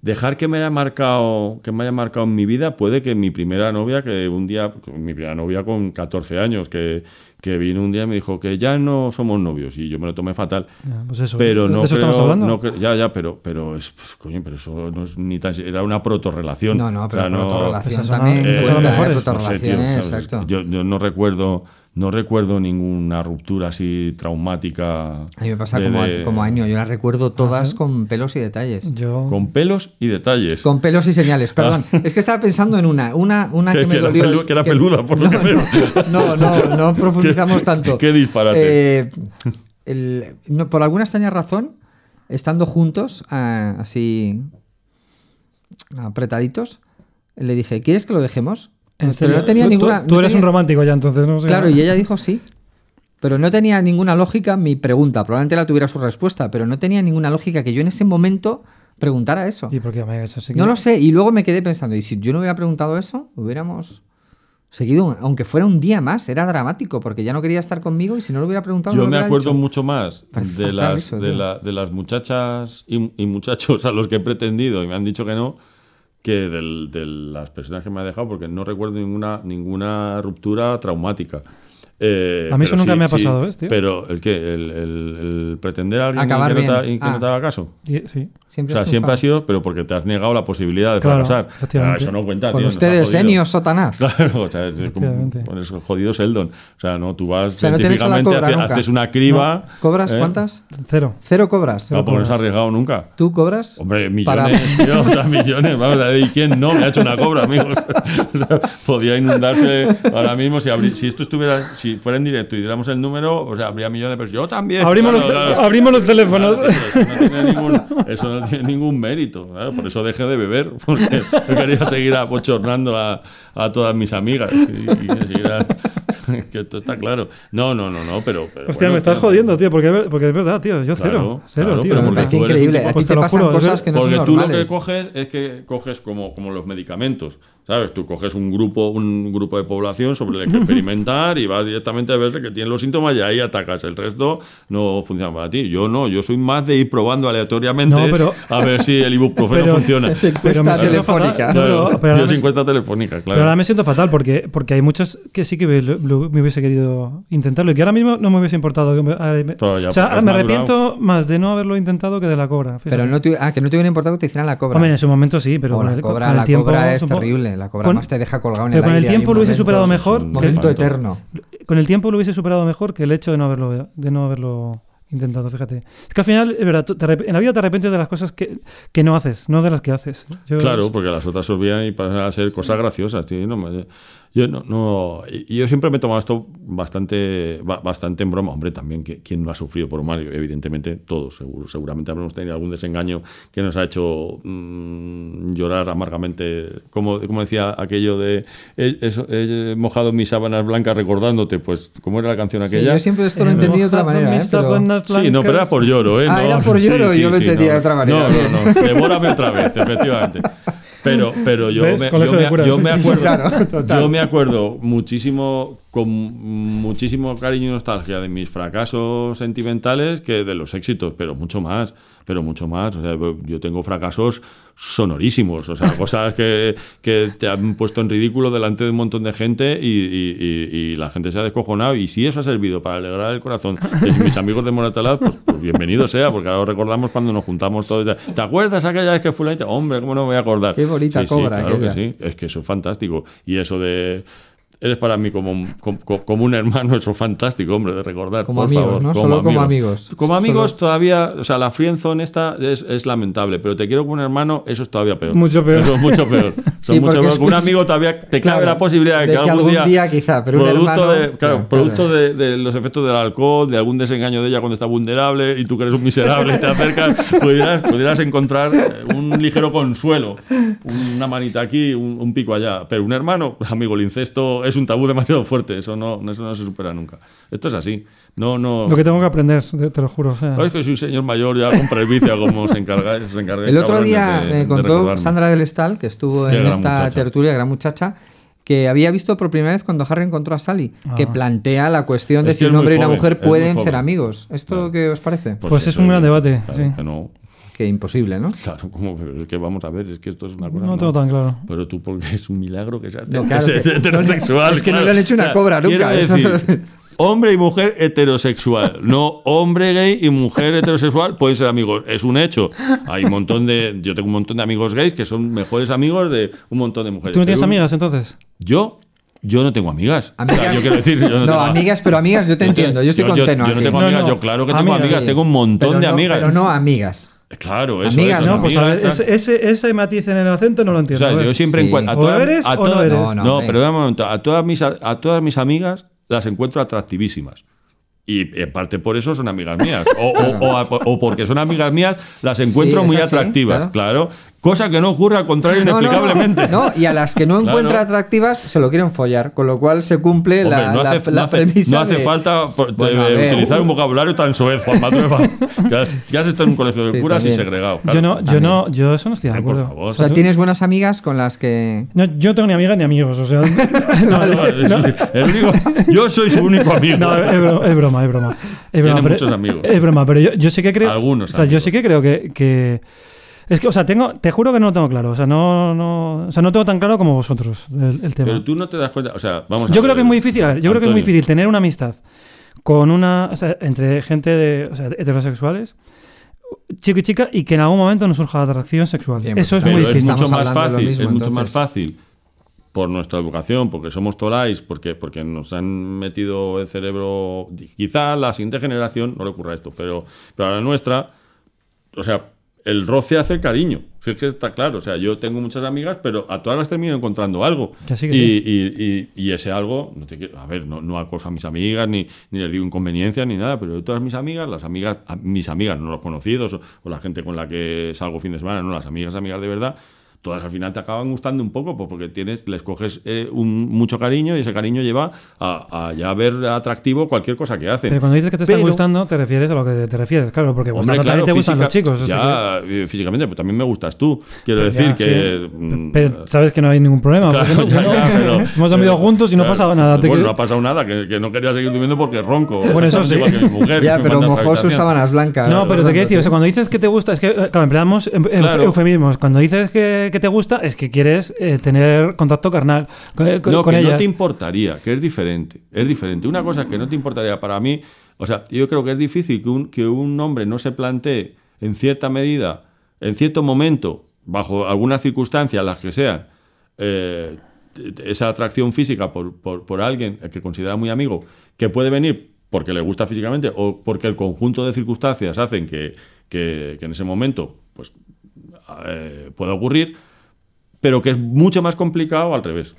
Speaker 2: Dejar que me haya marcado, que me haya marcado en mi vida, puede que mi primera novia, que un día, mi primera novia con 14 años, que, que vino un día y me dijo que ya no somos novios, y yo me lo tomé fatal.
Speaker 1: Ya, pues eso,
Speaker 2: Pero
Speaker 1: de
Speaker 2: no
Speaker 1: eso estamos
Speaker 2: creo-
Speaker 1: hablando.
Speaker 2: no cre- ya, ya, pero, pero es, pues, coño, pero eso no es ni tan era una protorrelación.
Speaker 3: No, no, pero
Speaker 2: O sea,
Speaker 3: por otra
Speaker 1: Esas
Speaker 3: relación
Speaker 1: son
Speaker 3: también.
Speaker 1: las-
Speaker 2: eh,
Speaker 1: esas son
Speaker 3: cuenta,
Speaker 1: las mejores.
Speaker 3: es otra
Speaker 2: no sé, tío,
Speaker 3: relación, eh,
Speaker 2: ¿sabes?
Speaker 3: exacto.
Speaker 2: Yo, yo no recuerdo, no recuerdo ninguna ruptura así traumática.
Speaker 3: a mí me pasa
Speaker 2: de-
Speaker 3: como, a,
Speaker 2: de-
Speaker 3: como a Ño, yo las recuerdo todas
Speaker 1: ¿Ah, sí?
Speaker 3: con pelos y detalles.
Speaker 1: Yo,
Speaker 2: con pelos y detalles.
Speaker 3: Con pelos y señales, perdón. Es que estaba pensando en una, una, una Ah, que,
Speaker 2: Ah. Que-
Speaker 3: me
Speaker 2: que era
Speaker 3: dolió.
Speaker 2: pelu- que era peluda, por lo
Speaker 3: no,
Speaker 2: que veo.
Speaker 3: No, no, no, no profundizamos
Speaker 2: Qué-
Speaker 3: tanto.
Speaker 2: qué disparate.
Speaker 3: Eh, el- no, por alguna extraña razón, estando juntos, ah, así apretaditos, le dije, ¿quieres que lo dejemos?
Speaker 1: en
Speaker 3: Pero
Speaker 1: serio,
Speaker 3: no tenía
Speaker 1: tú,
Speaker 3: ninguna.
Speaker 1: tú- tú
Speaker 3: no
Speaker 1: eres
Speaker 3: tenía-
Speaker 1: un romántico ya, entonces. No sé
Speaker 3: Claro, y ella dijo sí. Pero no tenía ninguna lógica mi pregunta. Probablemente la tuviera su respuesta, pero no tenía ninguna lógica que yo en ese momento preguntara eso.
Speaker 1: ¿Y por qué? amiga? Eso sí que-
Speaker 3: No lo sé. Y luego me quedé pensando, y si yo no hubiera preguntado eso, hubiéramos seguido, un- aunque fuera un día más, era dramático, porque ya no quería estar conmigo y si no lo hubiera preguntado... no
Speaker 2: Yo
Speaker 3: lo
Speaker 2: me
Speaker 3: hubiera
Speaker 2: acuerdo
Speaker 3: dicho.
Speaker 2: mucho más
Speaker 3: Parece
Speaker 2: de
Speaker 3: fatal
Speaker 2: las,
Speaker 3: eso,
Speaker 2: de,
Speaker 3: tío.
Speaker 2: la- de las muchachas y, y muchachos a los que he pretendido y me han dicho que no, que del- de las personas que me ha dejado, porque no recuerdo ninguna, ninguna ruptura traumática. Eh,
Speaker 1: A mí eso
Speaker 2: pero
Speaker 1: nunca
Speaker 2: sí-
Speaker 1: me ha
Speaker 2: sí,
Speaker 1: pasado, ¿ves, tío?
Speaker 2: Pero el que el, el- el pretender a alguien
Speaker 3: Acabar
Speaker 2: que no, te,
Speaker 3: bien.
Speaker 2: y que no
Speaker 3: Ah.
Speaker 2: te haga caso.
Speaker 1: Y- sí.
Speaker 2: O
Speaker 3: Siempre
Speaker 2: sea,
Speaker 3: es un
Speaker 2: siempre
Speaker 3: fan.
Speaker 2: ha sido, pero porque te has negado la posibilidad de
Speaker 1: Claro,
Speaker 2: fracasar.
Speaker 1: efectivamente.
Speaker 2: Ah, eso no cuenta,
Speaker 3: Con
Speaker 2: tío, nos ha
Speaker 3: ustedes,
Speaker 2: jodido.
Speaker 3: Enio Sotanaz.
Speaker 2: Claro, o sea, es como
Speaker 1: Efectivamente.
Speaker 2: con esos jodidos Eldon. O sea, no, tú vas
Speaker 3: O sea, no te han hecho la
Speaker 2: científicamente,
Speaker 3: cobra
Speaker 2: hace-
Speaker 3: nunca.
Speaker 2: haces una criba.
Speaker 3: No. ¿Cobras
Speaker 2: ¿eh?
Speaker 3: cuántas?
Speaker 1: Cero.
Speaker 3: Cero cobras.
Speaker 2: No, porque no se ha arriesgado nunca.
Speaker 3: ¿Tú cobras?
Speaker 2: Hombre,
Speaker 3: Para-
Speaker 2: millones, tío, o sea, millones, vamos a ver, ¿y quién no? Me ha hecho una cobra, amigos. O sea, podía inundarse ahora mismo, si, abri- si esto estuviera, si fuera en directo y diéramos el número, o sea, habría millones, pero yo también.
Speaker 1: Abrimos, los,
Speaker 2: Claro,
Speaker 1: te-
Speaker 2: claro.
Speaker 1: abrimos los teléfonos.
Speaker 2: Claro, tío, eso, no tiene ningún, eso no tiene ningún mérito, claro, por eso dejé de beber, porque yo quería seguir apochornando a, a todas mis amigas. y- y seguir a- que esto está claro. No, no, no, no, pero... pero
Speaker 1: Hostia,
Speaker 2: bueno,
Speaker 1: me estás
Speaker 2: tío,
Speaker 1: jodiendo, tío, porque, es ver- porque es verdad, tío. Yo cero.
Speaker 2: Claro,
Speaker 1: cero,
Speaker 2: claro,
Speaker 1: tío.
Speaker 2: pero
Speaker 3: Me
Speaker 2: porque
Speaker 3: parece
Speaker 2: tú eres un
Speaker 3: increíble.
Speaker 2: tipo-
Speaker 3: A ti
Speaker 1: Pues
Speaker 3: te
Speaker 1: te lo
Speaker 3: pasan
Speaker 1: juro, es
Speaker 3: cosas
Speaker 1: ver-
Speaker 3: que no son
Speaker 2: Porque tú lo que
Speaker 3: normales.
Speaker 2: coges es que coges como, como los medicamentos, ¿sabes? Tú coges un grupo, un grupo de población sobre el que experimentar y vas directamente a ver el que tiene los síntomas y ahí atacas. El resto no funciona para ti. Yo no, yo soy más de ir probando aleatoriamente
Speaker 1: No, pero-
Speaker 2: a ver si el ibuprofeno
Speaker 1: Pero-
Speaker 2: funciona.
Speaker 3: Es encuesta
Speaker 1: me siento
Speaker 3: telefónica.
Speaker 1: fatal. No,
Speaker 2: Claro,
Speaker 1: pero- pero ahora
Speaker 2: yo
Speaker 1: me-
Speaker 2: sin cuenta telefónica,
Speaker 1: Pero ahora
Speaker 2: claro.
Speaker 1: me siento fatal porque, porque hay muchos que sí que lo- lo- me hubiese querido intentarlo y que ahora mismo no me hubiese importado. que me- ahora me-
Speaker 2: Pero ya
Speaker 1: o sea,
Speaker 2: has
Speaker 1: ahora me
Speaker 2: madurado.
Speaker 1: arrepiento más de no haberlo intentado que de la cobra. fíjate.
Speaker 3: Pero no te, ah, que no te hubiera importado que te hicieran la cobra.
Speaker 1: Hombre, en su momento sí, pero
Speaker 3: O
Speaker 1: con
Speaker 3: la
Speaker 1: el, con
Speaker 3: cobra,
Speaker 1: el
Speaker 3: la
Speaker 1: tiempo.
Speaker 3: cobra es
Speaker 1: supongo-
Speaker 3: terrible. La cobra
Speaker 1: con-
Speaker 3: más te deja colgado en el
Speaker 1: pero con el
Speaker 3: aire. Hay
Speaker 1: tiempo lo hubiese
Speaker 3: momentos-
Speaker 1: superado mejor.
Speaker 2: un
Speaker 1: que-
Speaker 3: Momento
Speaker 2: Tanto.
Speaker 3: eterno.
Speaker 1: con el tiempo lo hubiese superado mejor que el hecho de no haberlo, de no haberlo intentado, fíjate. Es que al final, es verdad, tú te arrep- en la vida te arrepientes de las cosas que, que no haces, no de las que haces. Yo-
Speaker 2: Claro, porque las otras se olvidan y pasan a ser cosas graciosas, tío. Yo no me- yo, no, no- y- y yo siempre me he tomado esto bastante, ba- bastante en broma. Hombre, también, que- ¿quién no ha sufrido por un Mario? Evidentemente, todos. Seguro, seguramente habremos tenido algún desengaño que nos ha hecho mm, llorar amargamente. Como, como decía aquello de "He- eso- he mojado mis sábanas blancas recordándote, pues, ¿cómo era la canción
Speaker 3: Sí,
Speaker 2: aquella?
Speaker 3: yo siempre esto lo he entendido de otra manera.
Speaker 1: Mis
Speaker 3: ¿eh? Pero-
Speaker 1: sábanas
Speaker 2: Sí, no, pero era
Speaker 1: blancas.
Speaker 2: por lloro, ¿eh?
Speaker 3: Ah,
Speaker 2: No,
Speaker 3: era por lloro, yo lo entendía de otra
Speaker 2: No,
Speaker 3: manera.
Speaker 2: no, no, devórame otra vez, efectivamente. Pero, pero yo,
Speaker 1: ¿Ves?
Speaker 2: me,
Speaker 1: Colegio
Speaker 2: yo,
Speaker 1: de
Speaker 2: me-
Speaker 1: curas.
Speaker 2: yo me acuerdo,
Speaker 3: Claro, total.
Speaker 2: yo me acuerdo muchísimo, con muchísimo cariño y nostalgia de mis fracasos sentimentales que de los éxitos, pero mucho más, pero mucho más. O sea, yo tengo fracasos sonorísimos, o sea, cosas que, que te han puesto en ridículo delante de un montón de gente y, y- y- y la gente se ha descojonado. Y si eso ha servido para alegrar el corazón de mis amigos de Moratalaz, pues, pues bienvenido sea, porque ahora lo recordamos cuando nos juntamos todos. y tal. ¿Te acuerdas aquella vez que fulanita? Hombre, ¿cómo no me voy a acordar?
Speaker 3: Qué bonita
Speaker 2: Sí, sí,
Speaker 3: cobra
Speaker 2: claro que
Speaker 3: aquella.
Speaker 2: sí. Sí, es que eso es fantástico. Y eso de. Eres para mí como un, como, como un hermano, eso es fantástico, hombre, de recordar.
Speaker 3: Como
Speaker 2: por
Speaker 3: amigos,
Speaker 2: favor,
Speaker 3: ¿no? Solo como amigos.
Speaker 2: Como amigos
Speaker 3: Solo-
Speaker 2: todavía, o sea, la friendzone esta es, es lamentable, pero te quiero como un hermano, eso es todavía peor.
Speaker 1: Mucho peor.
Speaker 2: Eso es mucho peor. Son
Speaker 3: Sí,
Speaker 2: muchos-
Speaker 3: porque es-
Speaker 2: un amigo todavía te cabe
Speaker 3: claro,
Speaker 2: la posibilidad de que, algún día,
Speaker 3: quizá, pero un
Speaker 2: producto,
Speaker 3: hermano-
Speaker 2: de, claro,
Speaker 3: claro,
Speaker 2: producto
Speaker 3: claro.
Speaker 2: De, de los efectos del alcohol, de algún desengaño de ella cuando está vulnerable y tú que eres un miserable te acercas, pudieras, pudieras encontrar eh, un ligero consuelo, una manita aquí, un, un pico allá. Pero un hermano, amigo, el incesto es un tabú demasiado fuerte, eso no, no- eso no se supera nunca. Esto es así. No, no.
Speaker 1: Lo que tengo que aprender, te, te lo juro. o sea.
Speaker 2: No, es que soy un señor mayor ya con presbicia, como se encarga, se encarga
Speaker 3: El otro
Speaker 2: cabrones,
Speaker 3: día
Speaker 2: de- de
Speaker 3: me contó
Speaker 2: recordarme.
Speaker 3: Sandra del Estal, que estuvo
Speaker 2: Qué
Speaker 3: en
Speaker 2: gran
Speaker 3: esta
Speaker 2: muchacha.
Speaker 3: tertulia, gran muchacha, que había visto por primera vez cuando Harry encontró a Sally,
Speaker 1: Ah.
Speaker 3: que plantea la cuestión de
Speaker 2: Es que
Speaker 3: si
Speaker 2: es
Speaker 3: un
Speaker 2: muy
Speaker 3: hombre y una
Speaker 2: joven, es
Speaker 3: mujer
Speaker 2: muy
Speaker 3: pueden ser
Speaker 2: joven.
Speaker 3: amigos. ¿Esto
Speaker 2: Claro.
Speaker 3: qué os parece?
Speaker 1: Pues es
Speaker 2: eso,
Speaker 1: un gran
Speaker 2: yo-
Speaker 1: debate,
Speaker 2: claro
Speaker 1: sí.
Speaker 2: que no.
Speaker 3: que imposible, ¿no?
Speaker 2: Claro, como, pero es que vamos a ver, es que esto es una cosa.
Speaker 1: No tengo tan claro.
Speaker 2: Pero tú, porque es un milagro que sea
Speaker 3: No,
Speaker 2: que
Speaker 3: claro,
Speaker 2: sea
Speaker 3: que-
Speaker 2: heterosexual.
Speaker 3: es que no
Speaker 2: claro.
Speaker 3: le han hecho una cobra nunca,
Speaker 2: quiero
Speaker 3: eso no
Speaker 2: decir, hombre y mujer heterosexual. No, hombre gay y mujer heterosexual pueden ser amigos. Es un hecho. Hay un montón de. Yo tengo un montón de amigos gays que son mejores amigos de un montón de mujeres.
Speaker 1: ¿Tú no tienes
Speaker 2: Pero un-
Speaker 1: amigas entonces?
Speaker 2: Yo, yo no tengo amigas. O sea,
Speaker 3: Amigas.
Speaker 2: yo quiero decir, yo no,
Speaker 3: No,
Speaker 2: tengo-
Speaker 3: amigas, pero amigas, yo te entiendo. Yo estoy contento.
Speaker 2: Yo, no
Speaker 3: aquí.
Speaker 2: tengo
Speaker 1: No,
Speaker 2: amigas,
Speaker 1: no,
Speaker 2: yo claro que tengo
Speaker 1: amigas,
Speaker 2: amigas,
Speaker 1: sí.
Speaker 2: tengo un montón
Speaker 3: Pero
Speaker 2: de
Speaker 3: no-
Speaker 2: amigas.
Speaker 3: Pero no amigas.
Speaker 2: Claro, eso
Speaker 3: Amigas,
Speaker 2: eso,
Speaker 1: No, pues a ver,
Speaker 2: amigas, tal.
Speaker 1: ese, ese, ese matiz en el acento no lo
Speaker 2: O
Speaker 1: entiendo.
Speaker 2: sea,
Speaker 1: a ver.
Speaker 2: yo siempre
Speaker 3: Sí.
Speaker 2: encuentro. A
Speaker 1: ¿O
Speaker 2: todas,
Speaker 1: eres
Speaker 2: a
Speaker 1: o no
Speaker 2: todas-
Speaker 1: eres? No,
Speaker 2: No,
Speaker 3: no, hombre.
Speaker 2: pero dame un momento. A todas, mis, a, a todas mis amigas las encuentro atractivísimas. Y en parte por eso son amigas mías. O, o- o a- o porque son amigas mías, las encuentro
Speaker 3: es
Speaker 2: muy
Speaker 3: así,
Speaker 2: atractivas, claro. Cosa que no ocurre al contrario,
Speaker 3: No, no,
Speaker 2: inexplicablemente.
Speaker 3: No, y a las que no
Speaker 2: Claro.
Speaker 3: encuentra atractivas se lo quieren follar, con lo cual se cumple
Speaker 2: Hombre,
Speaker 3: la,
Speaker 2: no
Speaker 3: la-
Speaker 2: hace, no
Speaker 3: la
Speaker 2: hace-
Speaker 3: premisa.
Speaker 2: no hace
Speaker 3: de-
Speaker 2: falta por-
Speaker 3: Bueno,
Speaker 2: de-
Speaker 3: a ver.
Speaker 2: utilizar un vocabulario tan soez, Juan Matrueva. ya, has, ya has estado en un colegio de
Speaker 3: Sí,
Speaker 2: curas y
Speaker 3: también.
Speaker 2: segregado.
Speaker 1: yo
Speaker 2: claro.
Speaker 1: no, yo no, yo eso no estoy de
Speaker 2: Ay, por
Speaker 1: acuerdo.
Speaker 2: favor.
Speaker 1: O
Speaker 3: O
Speaker 1: sea,
Speaker 3: sea,
Speaker 1: tú-
Speaker 3: tienes buenas amigas con las que.
Speaker 1: no, yo no tengo ni amigas ni amigos, o sea. no,
Speaker 2: No, no,
Speaker 1: no,
Speaker 2: es- el único- yo soy su único amigo.
Speaker 1: No, es, bro- es broma, es broma. Es broma
Speaker 2: Tiene
Speaker 1: pero-
Speaker 2: muchos amigos.
Speaker 1: Es broma, pero yo, yo sí que creo.
Speaker 2: Algunos
Speaker 1: O sea, yo
Speaker 2: amigos.
Speaker 1: sí que creo que, que- Es que, o sea, tengo, te juro que no lo tengo claro. O sea, no, no, o sea, no tengo tan claro como vosotros el, el tema.
Speaker 2: Pero tú no te das cuenta. O sea, vamos a
Speaker 1: Yo
Speaker 2: ver.
Speaker 1: creo que es muy difícil. a ver, yo creo que es muy
Speaker 2: Antonio.
Speaker 1: difícil tener una amistad con una. O sea, entre gente de, o sea, heterosexuales, chico y chica, y que en algún momento nos surja atracción sexual.
Speaker 3: Bien,
Speaker 1: Eso es
Speaker 2: Pero
Speaker 1: muy
Speaker 2: es
Speaker 1: difícil.
Speaker 3: Estamos
Speaker 2: mucho más
Speaker 3: hablando de lo
Speaker 2: fácil,
Speaker 3: mismo,
Speaker 2: es mucho más
Speaker 3: entonces.
Speaker 2: fácil por nuestra educación, porque somos tolais, porque, porque nos han metido el cerebro. Quizá a la siguiente generación no le ocurra esto, pero, pero a la nuestra, o sea, el roce hace cariño. Si es que está claro, o sea, yo tengo muchas amigas, pero a todas las termino encontrando algo.
Speaker 1: Que sí, que
Speaker 2: y,
Speaker 1: sí.
Speaker 2: y- y- y ese algo, no te quiero- a ver, no, no acoso a mis amigas, ni, ni les digo inconveniencias, ni nada, pero de todas mis amigas, las amigas, a- mis amigas, no los conocidos, o, o la gente con la que salgo fin de semana, no las amigas, amigas de verdad, todas al final te acaban gustando un poco, pues porque tienes, les coges eh, un- mucho cariño y ese cariño lleva a, a ya ver atractivo cualquier cosa que hacen.
Speaker 1: Pero cuando dices que te están
Speaker 2: Pero-
Speaker 1: gustando, te refieres a lo que te refieres, claro, porque
Speaker 2: Hombre,
Speaker 1: gustando
Speaker 2: claro,
Speaker 1: también te gustan
Speaker 2: física-
Speaker 1: los chicos. o sea, que-
Speaker 2: Ya, eh, físicamente, pues también me gustas tú. Quiero decir
Speaker 1: Ya,
Speaker 2: que.
Speaker 1: sí.
Speaker 2: mm,
Speaker 1: Pero sabes que no hay ningún problema.
Speaker 2: claro,
Speaker 1: porque no-
Speaker 2: ya, ya, pero-
Speaker 1: Hemos dormido
Speaker 2: pero,
Speaker 1: juntos y no ha
Speaker 2: claro,
Speaker 1: pasado nada. te
Speaker 2: Bueno,
Speaker 1: quiero-
Speaker 2: no ha pasado nada, que, que no quería seguir durmiendo porque ronco.
Speaker 1: Bueno, eso sí.
Speaker 2: Igual que mi mujer.
Speaker 3: Ya,
Speaker 2: que me
Speaker 3: pero
Speaker 2: manda a otra
Speaker 3: mojó sus
Speaker 2: habitación.
Speaker 3: sábanas blancas.
Speaker 1: No, pero te quiero decir, o sea,
Speaker 3: eso
Speaker 1: cuando dices que te gusta, es que, eh, claro, empleamos em- em-
Speaker 2: Claro.
Speaker 1: eufemismos. Cuando dices que, que te gusta, es que quieres eh, tener contacto carnal con, eh, con-
Speaker 2: no,
Speaker 1: con
Speaker 2: que
Speaker 1: ella.
Speaker 2: no te importaría, que es diferente. Es diferente. Una cosa es que no te importaría para mí, o sea, yo creo que es difícil que un, que un hombre no se plantee en cierta medida, en cierto momento, bajo algunas circunstancias, las que sean, eh, t- t- esa atracción física por, por- por alguien que considera muy amigo, que puede venir porque le gusta físicamente o porque el conjunto de circunstancias hacen que, que- que en ese momento pues, eh, pueda ocurrir, pero que es mucho más complicado al revés.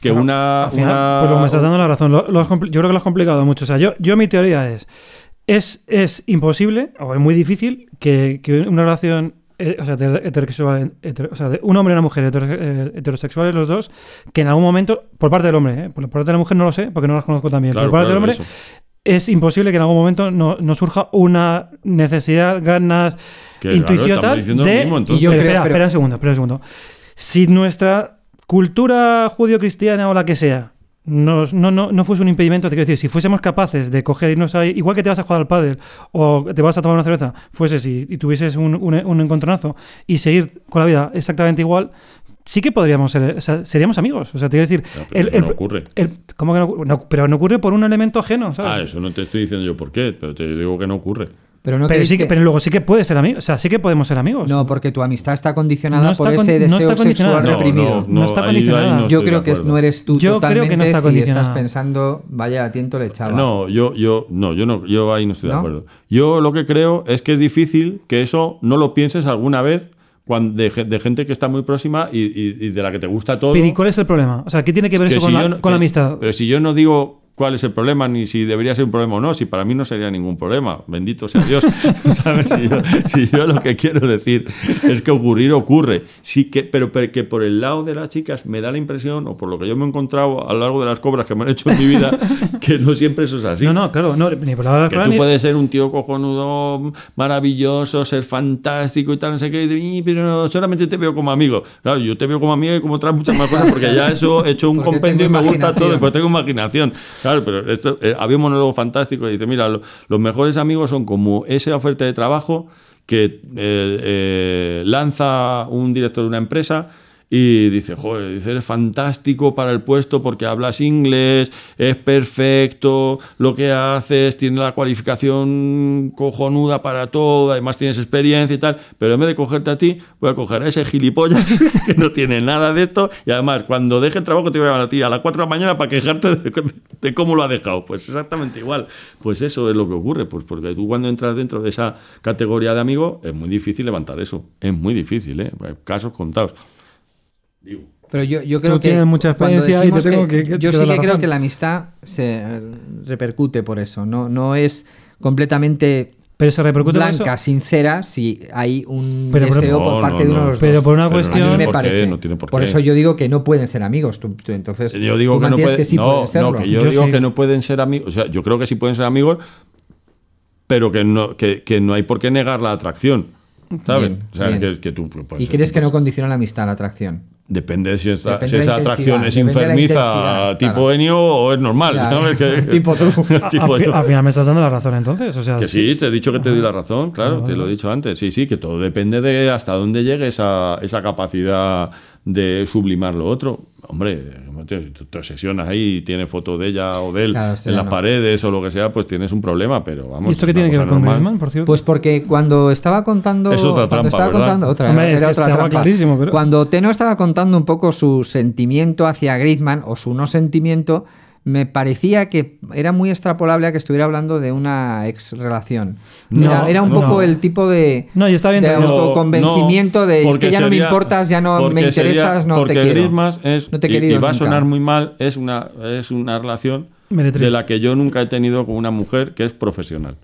Speaker 2: Que
Speaker 1: Claro,
Speaker 2: una,
Speaker 1: Al final,
Speaker 2: una-
Speaker 1: pues me estás dando la razón. Lo- lo has compli- yo creo que lo has complicado mucho. O sea, yo, yo mi teoría es, es, es imposible o es muy difícil que, que una relación, eh, o sea, heter- heterosexual, heter- o sea, de un hombre y una mujer heter- eh, heterosexuales los dos, que en algún momento, por parte del hombre, eh, por parte de la mujer no lo sé, porque no las conozco también,
Speaker 2: Claro,
Speaker 1: por parte
Speaker 2: claro,
Speaker 1: del hombre
Speaker 2: eso.
Speaker 1: es imposible que en algún momento no, no surja una necesidad, ganas,
Speaker 2: Que, claro,
Speaker 1: intuición
Speaker 2: estamos
Speaker 1: tal
Speaker 2: diciendo lo
Speaker 1: de...
Speaker 2: mismo, entonces.
Speaker 1: Y yo
Speaker 3: Pero
Speaker 1: espera,
Speaker 3: creo- pero-
Speaker 1: espera un segundo, espera un segundo. Si nuestra cultura judío-cristiana o la que sea nos- no, no, no fuese un impedimento, te quiero decir, si fuésemos capaces de coger irnos ahí, igual que te vas a jugar al pádel o te vas a tomar una cerveza, fueses y, y tuvieses un, un- un encontronazo y seguir con la vida exactamente igual, sí que podríamos ser, o sea, seríamos amigos. O sea, te quiero decir,
Speaker 2: No, pero eso no ocurre.
Speaker 1: el- ¿cómo que no, ocurre? No, Pero no ocurre por un elemento ajeno, ¿sabes?
Speaker 2: Ah, eso no te estoy diciendo yo por qué, pero te digo que no ocurre.
Speaker 3: Pero no
Speaker 1: pero,
Speaker 3: creéis
Speaker 1: sí que,
Speaker 3: que-
Speaker 1: pero luego sí que puede ser amigos, o sea, sí que podemos ser amigos.
Speaker 3: No, porque tu amistad está condicionada
Speaker 1: No está
Speaker 3: por
Speaker 1: con-
Speaker 3: ese
Speaker 1: no
Speaker 3: deseo
Speaker 1: está condicionada.
Speaker 3: sexual
Speaker 1: No,
Speaker 3: reprimido.
Speaker 1: No está condicionada.
Speaker 2: estoy
Speaker 3: Yo
Speaker 2: de
Speaker 3: creo que
Speaker 2: acuerdo.
Speaker 3: no eres tú
Speaker 1: Yo creo que no está
Speaker 3: totalmente si estás
Speaker 1: condicionada.
Speaker 3: pensando, vaya, a tiento le
Speaker 1: Ah,
Speaker 3: echaba.
Speaker 2: No, yo, yo, no, yo no, yo ahí no estoy de
Speaker 3: ¿No?
Speaker 2: acuerdo. Yo lo que creo es que es difícil que eso no lo pienses alguna vez cuan- de, ge- de gente que está muy próxima y, y- y de la que te gusta todo.
Speaker 1: Pero ¿y cuál es el problema? O sea, ¿qué tiene que ver
Speaker 2: Que
Speaker 1: eso
Speaker 2: si
Speaker 1: con, la,
Speaker 2: yo no-
Speaker 1: con la
Speaker 2: que-
Speaker 1: amistad?
Speaker 2: Pero si yo no digo cuál es el problema, ni si debería ser un problema o no, si para mí no sería ningún problema, bendito sea Dios, ¿sabes? Si yo, si yo lo que quiero decir es que ocurrir ocurre, sí que, pero, pero que por el lado de las chicas me da la impresión, o por lo que yo me he encontrado a lo largo de las cobras que me han hecho en mi vida, que no siempre eso es así.
Speaker 1: No, no, claro, no, ni por la hora
Speaker 2: Que tú puedes ser un tío cojonudo, maravilloso, ser fantástico y tal, no sé qué, y- pero solamente te veo como amigo. Claro, yo te veo como amigo y como otras muchas más cosas, porque ya eso he hecho un
Speaker 3: Porque
Speaker 2: compendio y me
Speaker 3: tengo
Speaker 2: gusta
Speaker 3: imaginación.
Speaker 2: todo, porque tengo imaginación. Claro, pero esto, eh, había un monólogo fantástico y dice, mira, lo- los mejores amigos son como esa oferta de trabajo que eh, eh, lanza un director de una empresa. Y dice, joder, dice, eres fantástico para el puesto porque hablas inglés, es perfecto, lo que haces, tienes la cualificación cojonuda para todo, además tienes experiencia y tal, pero en vez de cogerte a ti, voy a coger a ese gilipollas que no tiene nada de esto y además cuando deje el trabajo te voy a llamar a ti a las 4 de la mañana para quejarte de, de cómo lo ha dejado. Pues exactamente igual. Pues eso es lo que ocurre, pues porque tú cuando entras dentro de esa categoría de amigo es muy difícil levantar eso, es muy difícil, ¿eh? casos contados. Digo.
Speaker 3: Pero yo, yo creo
Speaker 1: Tú
Speaker 3: que.
Speaker 1: tienes mucha
Speaker 3: cuando
Speaker 1: experiencia y te tengo
Speaker 3: decimos
Speaker 1: que- que-
Speaker 3: yo
Speaker 1: que
Speaker 3: sí
Speaker 1: dar la
Speaker 3: que creo
Speaker 1: razón.
Speaker 3: que la amistad se eh, repercute por eso. No, no es completamente
Speaker 1: Pero se repercute con eso.
Speaker 3: blanca, sincera, si hay un
Speaker 1: Pero- pero-
Speaker 3: deseo por
Speaker 2: No,
Speaker 3: parte
Speaker 2: no,
Speaker 3: de uno
Speaker 2: no.
Speaker 3: de los
Speaker 1: Pero
Speaker 3: dos.
Speaker 1: por una
Speaker 2: no
Speaker 1: cuestión-
Speaker 2: tiene
Speaker 3: A mí me
Speaker 2: por qué,
Speaker 3: parece.
Speaker 2: no tiene por,
Speaker 3: por
Speaker 2: qué.
Speaker 3: eso yo digo que no pueden ser amigos. Tú, tú- entonces,
Speaker 2: Pues Yo digo
Speaker 3: tú
Speaker 2: que no
Speaker 3: mantienes
Speaker 2: pueden,
Speaker 3: que sí
Speaker 2: no,
Speaker 3: pueden serlo.
Speaker 2: no, que yo,
Speaker 1: Yo
Speaker 2: digo
Speaker 1: sí.
Speaker 2: que no pueden ser amigos. O sea, yo creo que sí pueden ser amigos, pero que no, que, que no hay por qué negar la atracción. ¿Sabes?
Speaker 3: Bien,
Speaker 2: o sea,
Speaker 3: bien.
Speaker 2: Que, que tú, pues,
Speaker 3: y crees que no condiciona la amistad la atracción.
Speaker 2: Depende si, esa-
Speaker 3: Depende
Speaker 2: si
Speaker 3: de la
Speaker 2: esa atracción
Speaker 3: intensidad,
Speaker 2: es
Speaker 3: depende de la
Speaker 2: enfermiza
Speaker 3: intensidad,
Speaker 2: tipo
Speaker 3: claro.
Speaker 2: Enio o es normal.
Speaker 3: Claro.
Speaker 2: ¿sabes? Que-
Speaker 3: Tipo tú.
Speaker 1: A-
Speaker 2: tipo
Speaker 1: Ah, al, fi-
Speaker 2: yo.
Speaker 1: al final me estás dando la razón entonces. O sea,
Speaker 2: Que sí, te he dicho que te doy la razón, claro, te lo he dicho antes. Sí, sí, que todo depende de hasta dónde llegue esa, esa capacidad de sublimar lo otro. Hombre, tío, si tú te obsesionas ahí y tienes fotos de ella o de él
Speaker 3: Claro, sí,
Speaker 2: en las
Speaker 3: no.
Speaker 2: paredes o lo que sea, pues tienes un problema, pero vamos.
Speaker 1: ¿Y esto qué
Speaker 2: una
Speaker 1: tiene que
Speaker 2: cosa
Speaker 1: ver con
Speaker 2: normal.
Speaker 1: Griezmann, por cierto?
Speaker 3: Pues porque cuando estaba contando.
Speaker 2: Es otra
Speaker 3: cuando
Speaker 2: trampa,
Speaker 3: estaba
Speaker 2: ¿verdad?
Speaker 3: contando otra,
Speaker 1: Hombre, es
Speaker 3: era
Speaker 1: que
Speaker 3: otra
Speaker 1: estaba
Speaker 3: trampa.
Speaker 1: clarísimo, pero-
Speaker 3: Cuando Teno estaba contando un poco su sentimiento hacia Griezmann o su no sentimiento, me parecía que era muy extrapolable a que estuviera hablando de una ex relación.
Speaker 1: No,
Speaker 3: era, era un
Speaker 1: no.
Speaker 3: poco el tipo de.
Speaker 1: No, y está bien
Speaker 3: de
Speaker 1: traído.
Speaker 3: autoconvencimiento de es
Speaker 2: porque
Speaker 3: que ya no me
Speaker 2: sería-
Speaker 3: importas, ya no me
Speaker 2: porque sería-
Speaker 3: interesas, no te
Speaker 2: porque
Speaker 3: quiero.
Speaker 2: Griezmann es,
Speaker 3: No te he
Speaker 2: y- y,
Speaker 3: querido
Speaker 2: va a
Speaker 3: nunca.
Speaker 2: sonar muy mal, es una, es una relación
Speaker 1: Meretriz.
Speaker 2: de la que yo nunca he tenido con una mujer que es profesional.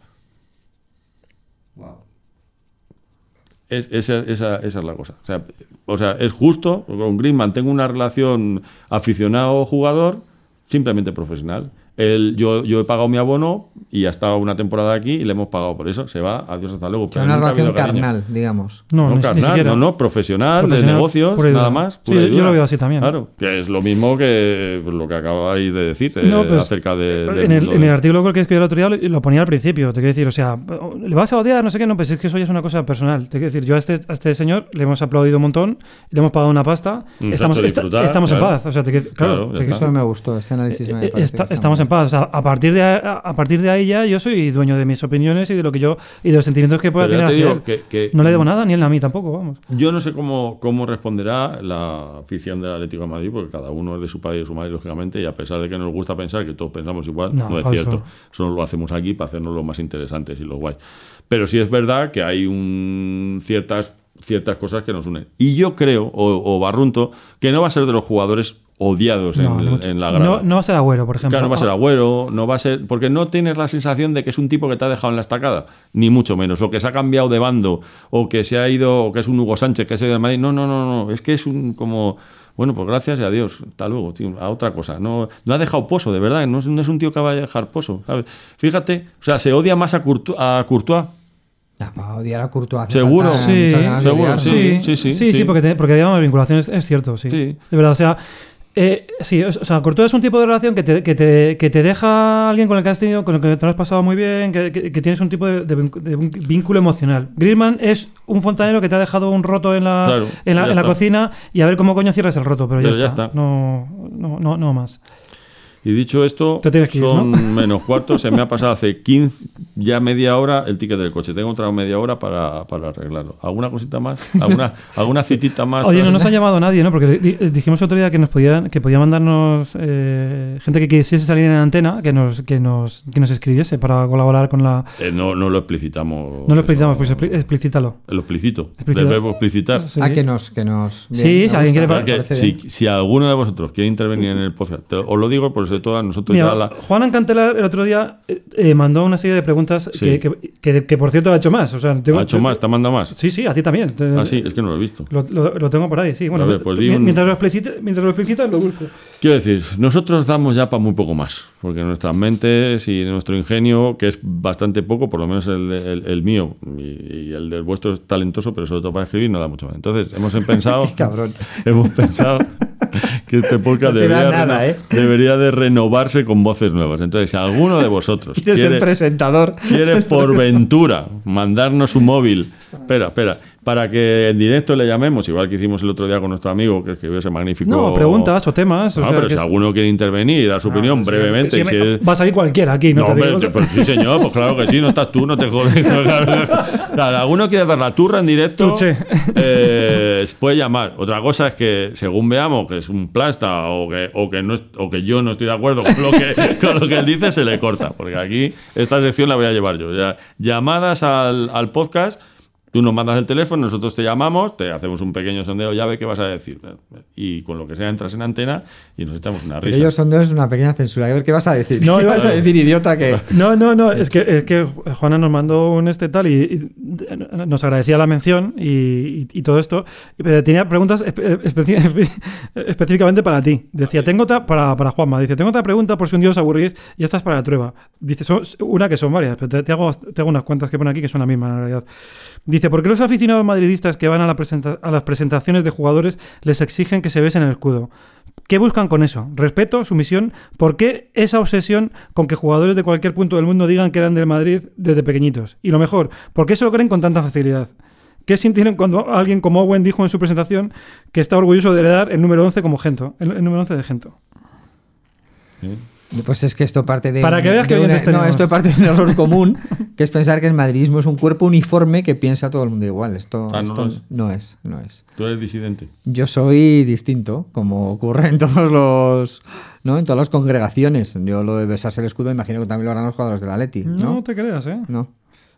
Speaker 2: Es- esa, esa- esa es la cosa. O sea, o sea, es justo, con Griezmann tengo una relación aficionado-jugador, simplemente profesional. Él- yo, yo he pagado mi abono y ha estado una temporada aquí y le hemos pagado por eso. Se va, adiós, hasta luego.
Speaker 3: O sea,
Speaker 2: Pero
Speaker 3: Una
Speaker 2: nunca ha habido
Speaker 3: relación
Speaker 2: cariño.
Speaker 3: carnal, digamos.
Speaker 1: no, ni- ni
Speaker 2: carnal,
Speaker 1: siquiera.
Speaker 2: no, no, profesional, de
Speaker 1: Profesional,
Speaker 2: negocios,
Speaker 1: pura y
Speaker 2: nada
Speaker 1: dura.
Speaker 2: más.
Speaker 1: Sí,
Speaker 2: pura y
Speaker 1: yo
Speaker 2: dura.
Speaker 1: lo veo así también.
Speaker 2: Claro, que es lo mismo que pues, lo que acabáis de decir eh,
Speaker 1: No, pues,
Speaker 2: acerca de. del
Speaker 1: En el,
Speaker 2: mundo
Speaker 1: en
Speaker 2: de-
Speaker 1: el artículo que escribí el otro día lo- lo ponía al principio, te quiero decir, o sea, le vas a odiar, no sé qué, no, pues es que eso ya es una cosa personal, te quiero decir, yo a este, a este señor le hemos aplaudido un montón, le hemos pagado una pasta,
Speaker 2: Un
Speaker 1: estamos,
Speaker 2: rato de
Speaker 1: esta-
Speaker 2: disfrutar,
Speaker 1: estamos en
Speaker 2: claro.
Speaker 1: paz, o sea, te quiero decir, claro,
Speaker 2: Claro, ya
Speaker 1: te quiero
Speaker 2: está.
Speaker 3: Eso me gustó, este análisis me
Speaker 1: Eh,
Speaker 3: parece que
Speaker 1: está-
Speaker 3: está
Speaker 1: estamos
Speaker 3: muy
Speaker 1: en paz. O sea, a partir de a, a partir de ahí ya yo soy dueño de mis opiniones y de lo que yo y de los sentimientos que pueda
Speaker 2: Pero ya
Speaker 1: tener
Speaker 2: te
Speaker 1: hacia
Speaker 2: digo
Speaker 1: él.
Speaker 2: que- que-
Speaker 1: No le debo nada ni él a mí tampoco, vamos.
Speaker 2: Yo no sé cómo, cómo responderá la afición del Atlético de Madrid, porque cada uno es de su padre y de su madre, lógicamente, y a pesar de que nos gusta pensar que todos pensamos igual,
Speaker 1: No,
Speaker 2: no, es
Speaker 1: falso.
Speaker 2: cierto. Eso lo hacemos aquí para hacernos lo más interesantes y lo guay. Pero sí es verdad que hay un, ciertas, ciertas cosas que nos unen. Y yo creo, o, o barrunto, que no va a ser de los jugadores odiados
Speaker 1: no,
Speaker 2: en,
Speaker 1: no mucho.
Speaker 2: en la grada.
Speaker 1: no, no va a ser agüero, por ejemplo. Ah,
Speaker 2: Claro, no va a ser agüero, no va a ser. Porque no tienes la sensación de que es un tipo que te ha dejado en la estacada, ni mucho menos, o que se ha cambiado de bando, o que se ha ido, o que es un Hugo Sánchez que se ha ido del Madrid. No, no, no, no. Es que es un como. Bueno, pues gracias y adiós. Hasta luego, tío. A otra cosa. No, no ha dejado pozo, de verdad. No es, no es un tío que vaya a dejar pozo. ¿sabes? Fíjate, o sea, se odia más a, Courto- a Courtois.
Speaker 3: No, para odiar a Courtois. hace
Speaker 2: Seguro.
Speaker 3: falta
Speaker 1: Sí,
Speaker 3: Ah, muchas ganas de
Speaker 2: seguro,
Speaker 3: odiarlo.
Speaker 1: Sí,
Speaker 2: Sí,
Speaker 1: sí, sí.
Speaker 2: sí, sí, sí.
Speaker 1: porque, te- porque digamos, vinculaciones es cierto, sí.
Speaker 2: Sí.
Speaker 1: De verdad, o sea. eh, sí, o o sea, Courtois es un tipo de relación que te, que te, que te deja alguien con el que has tenido, con el que te lo has pasado muy bien, que, que- que tienes un tipo de, de vincu- de un vínculo emocional. Griezmann es un fontanero que te ha dejado un roto en la,
Speaker 2: Claro,
Speaker 1: en la,
Speaker 2: ya
Speaker 1: en la
Speaker 2: está.
Speaker 1: cocina y a ver cómo coño cierras el roto, pero, ya,
Speaker 2: Pero ya
Speaker 1: está.
Speaker 2: está.
Speaker 1: No, no, no, no más.
Speaker 2: Y dicho esto,
Speaker 1: Te tienes que ir,
Speaker 2: son
Speaker 1: ¿no?
Speaker 2: menos cuarto. Se me ha pasado hace 15, ya media hora el ticket del coche. Tengo otra media hora para, para arreglarlo. ¿Alguna cosita más? ¿Alguna, alguna citita más?
Speaker 1: Oye, no nos ha llamado nadie, ¿no? Porque di- dijimos otro día que nos podían, que podía mandarnos eh, gente que quisiese salir en antena, que nos, que nos, que nos escribiese para colaborar con la.
Speaker 2: Eh, no, no lo explicitamos.
Speaker 1: No lo explicitamos, pues
Speaker 2: eso.
Speaker 1: explí- explícitalo.
Speaker 2: Lo explicito.
Speaker 1: Explícita.
Speaker 2: Del verbo explicitar.
Speaker 1: Sí.
Speaker 3: Ah, que nos. Que nos bien,
Speaker 1: Sí,
Speaker 3: me
Speaker 1: si
Speaker 3: gusta,
Speaker 1: alguien quiere
Speaker 3: me
Speaker 1: par-
Speaker 2: Que
Speaker 3: parece
Speaker 2: si,
Speaker 3: bien.
Speaker 2: si alguno de vosotros quiere intervenir en el podcast, te- os lo digo por sobre todo a nosotros
Speaker 1: Mira,
Speaker 2: ya la-
Speaker 1: Juan Ancantelar el otro día eh, eh, mandó una serie de preguntas
Speaker 2: Sí.
Speaker 1: que, que- que- que, por cierto ha hecho más. O sea, tengo-
Speaker 2: ha hecho más, te ha mandado más.
Speaker 1: Sí, sí, a ti también. Te-
Speaker 2: Ah, sí, es que no lo he visto.
Speaker 1: Lo, lo- lo tengo por ahí, sí. Bueno,
Speaker 2: A ver, pues
Speaker 1: tú-
Speaker 2: di
Speaker 1: mi-
Speaker 2: un-
Speaker 1: mientras, lo explicite- mientras lo explicitas, lo busco.
Speaker 2: Quiero decir, nosotros damos ya para muy poco más, porque nuestras mentes y nuestro ingenio, que es bastante poco, por lo menos el, el- el mío y, y el del vuestro es talentoso, pero sobre todo para escribir no da mucho más. Entonces, hemos pensado,
Speaker 3: Cabrón.
Speaker 2: hemos pensado que este podcast
Speaker 3: No te da
Speaker 2: debería,
Speaker 3: nada,
Speaker 2: reno-
Speaker 3: ¿eh?
Speaker 2: debería de renovarse con voces nuevas. Entonces, si alguno de vosotros
Speaker 3: Quieres ser
Speaker 2: quiere,
Speaker 3: presentador.
Speaker 2: quiere por ventura mandarnos un móvil, espera, espera, para que en directo le llamemos, igual que hicimos el otro día con nuestro amigo que escribió ese magnífico...
Speaker 1: No, preguntas o temas. o
Speaker 2: No,
Speaker 1: sea,
Speaker 2: Ah, pero
Speaker 1: que
Speaker 2: si
Speaker 1: es-
Speaker 2: alguno quiere intervenir y dar su opinión brevemente,
Speaker 1: que si
Speaker 2: si
Speaker 1: me-
Speaker 2: es-
Speaker 1: Va a salir cualquiera aquí, no,
Speaker 2: No,
Speaker 1: te
Speaker 2: hombre,
Speaker 1: digo.
Speaker 2: te- pues sí, señor, pues claro que sí, no estás tú, no te jodes. Claro, alguno quiere dar la turra en directo,
Speaker 1: Tú, che.
Speaker 2: eh, se puede llamar. Otra cosa es que, según veamos, que es un plasta o que, o que, no es- o que yo no estoy de acuerdo con lo, que, con lo que él dice, se le corta. Porque aquí esta sección la voy a llevar yo. O sea, llamadas al, al podcast. Tú nos mandas el teléfono, nosotros te llamamos, te hacemos un pequeño sondeo, ya ve qué vas a decir. Y con lo que sea entras en antena y nos echamos una
Speaker 3: Pero
Speaker 2: risa.
Speaker 3: ellos son dos una pequeña censura. A ver qué vas a decir.
Speaker 1: No,
Speaker 3: ¿Qué
Speaker 1: iba-
Speaker 3: vas a decir, idiota, que.
Speaker 1: No, no, no, es que, es que Juana nos mandó un este tal y, y nos agradecía la mención y, y- y todo esto, pero tenía preguntas espe- eh, especi- espe- específicamente para ti. Decía, tengo otra, para, para Juanma, dice, tengo otra pregunta por si un día os aburrís y esta es para la prueba. Dice, son una que son varias, pero te, te hago, te hago unas cuantas que ponen aquí que son las mismas en realidad. Dice, ¿por qué los aficionados madridistas que van a, la presenta- a las presentaciones de jugadores les exigen que se besen el escudo? ¿Qué buscan con eso? ¿Respeto? ¿Sumisión? ¿Por qué esa obsesión con que jugadores de cualquier punto del mundo digan que eran del Madrid desde pequeñitos? Y lo mejor, ¿por qué se lo creen con tanta facilidad? ¿Qué sintieron cuando alguien como Owen dijo en su presentación que está orgulloso de heredar el número 11 como Gento? El, el número 11 de Gento.
Speaker 2: ¿Eh?
Speaker 3: Pues es que esto parte de.
Speaker 1: Para
Speaker 3: un-
Speaker 1: que veas
Speaker 3: de
Speaker 1: qué
Speaker 3: una-
Speaker 1: oyentes
Speaker 3: No,
Speaker 1: tenemos.
Speaker 3: esto parte de un error común, que es pensar que el madridismo es un cuerpo uniforme que piensa todo el mundo igual. Esto,
Speaker 2: Ah, no
Speaker 3: esto
Speaker 2: lo es.
Speaker 3: no es, no es.
Speaker 2: Tú eres disidente.
Speaker 3: Yo soy distinto, como ocurre en todos los. ¿no? En todas las congregaciones. Yo lo de besarse el escudo, imagino que también lo harán los jugadores del Atleti.
Speaker 1: No,
Speaker 3: No,
Speaker 1: te creas, ¿eh?
Speaker 3: no.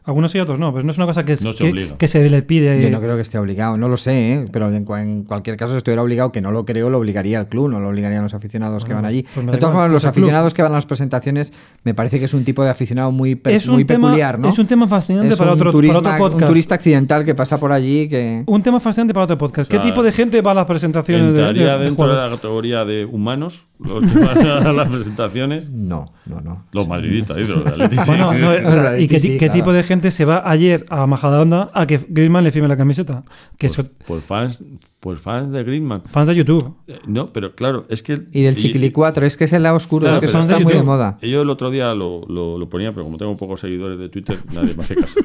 Speaker 1: Algunos sí, otros no, pero no es una cosa que,
Speaker 2: No se
Speaker 1: que-
Speaker 2: obliga.
Speaker 1: que se le pide.
Speaker 3: Yo no creo que esté obligado, no lo sé, ¿eh? pero en, cua- en cualquier caso, si estuviera obligado, que no lo creo, lo obligaría el club, no lo obligarían los aficionados que van allí.
Speaker 1: pues me da
Speaker 3: de
Speaker 1: igual,
Speaker 3: todas
Speaker 1: pues
Speaker 3: formas, los
Speaker 1: el club.
Speaker 3: aficionados que van a las presentaciones, me parece que es un tipo de aficionado muy, pe-
Speaker 1: eh, Es un
Speaker 3: muy
Speaker 1: tema-
Speaker 3: peculiar, ¿no?
Speaker 1: es un tema fascinante para otro- para
Speaker 3: turisma-
Speaker 1: otro podcast. Uh.
Speaker 3: Un turista accidental que pasa por allí que.
Speaker 1: Un tema fascinante para otro podcast.
Speaker 2: O sea,
Speaker 1: ¿Qué tipo de gente va a las presentaciones de- de, de
Speaker 2: Entraría dentro de
Speaker 1: jugadores?
Speaker 2: la categoría de humanos los que van a las presentaciones.
Speaker 3: No, no, no.
Speaker 2: Los madridistas, dice, los del Atleti, sí.
Speaker 1: Bueno, no, eh. o sea,
Speaker 3: O sea,
Speaker 1: ¿y qué,
Speaker 3: sí,
Speaker 1: ti- qué
Speaker 3: claro.
Speaker 1: tipo de gente se va ayer a Majadahonda a que Griezmann le firme la camiseta? Que
Speaker 2: pues,
Speaker 1: eso-
Speaker 2: pues fans, pues fans de Griezmann.
Speaker 1: fans de YouTube.
Speaker 2: Eh, No, pero claro, es que...
Speaker 3: Y del chiquilicuatro, es que es el lado oscuro,
Speaker 2: Claro,
Speaker 3: es que
Speaker 2: pero
Speaker 3: eso
Speaker 2: es
Speaker 3: está
Speaker 2: que
Speaker 3: muy
Speaker 2: yo-
Speaker 3: de moda.
Speaker 2: Yo el otro día lo, lo- lo ponía, pero como tengo pocos seguidores de Twitter, nadie me hace caso.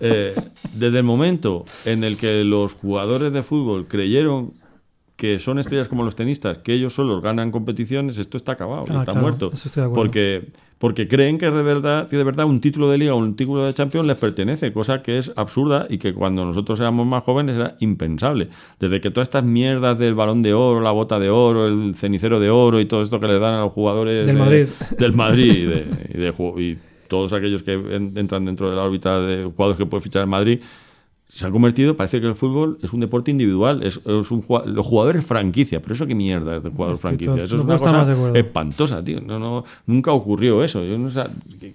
Speaker 2: Eh, desde el momento en el que los jugadores de fútbol creyeron que son estrellas como los tenistas, que ellos solos ganan competiciones, esto está acabado,
Speaker 1: Ah,
Speaker 2: está
Speaker 1: claro,
Speaker 2: muerto.
Speaker 1: eso estoy de acuerdo.
Speaker 2: porque, porque creen que de verdad, que de verdad un título de liga o un título de Champions les pertenece, cosa que es absurda y que cuando nosotros éramos más jóvenes era impensable. Desde que todas estas mierdas del balón de oro, la bota de oro, el cenicero de oro y todo esto que le dan a los jugadores
Speaker 1: Del
Speaker 2: de-
Speaker 1: Madrid.
Speaker 2: del Madrid y, de, y de ju- y todos aquellos que en- entran dentro de la órbita de jugadores que puede fichar el Madrid, se ha convertido, parece que el fútbol es un deporte individual, es, es un jua- los jugadores franquicia, pero eso qué mierda es de jugador
Speaker 1: Estoy
Speaker 2: franquicia,
Speaker 1: to-
Speaker 2: eso
Speaker 1: no
Speaker 2: es
Speaker 1: puedo
Speaker 2: una
Speaker 1: estar más de
Speaker 2: cosa
Speaker 1: acuerdo.
Speaker 2: espantosa, tío, no, no, nunca ocurrió eso, Yo no sé-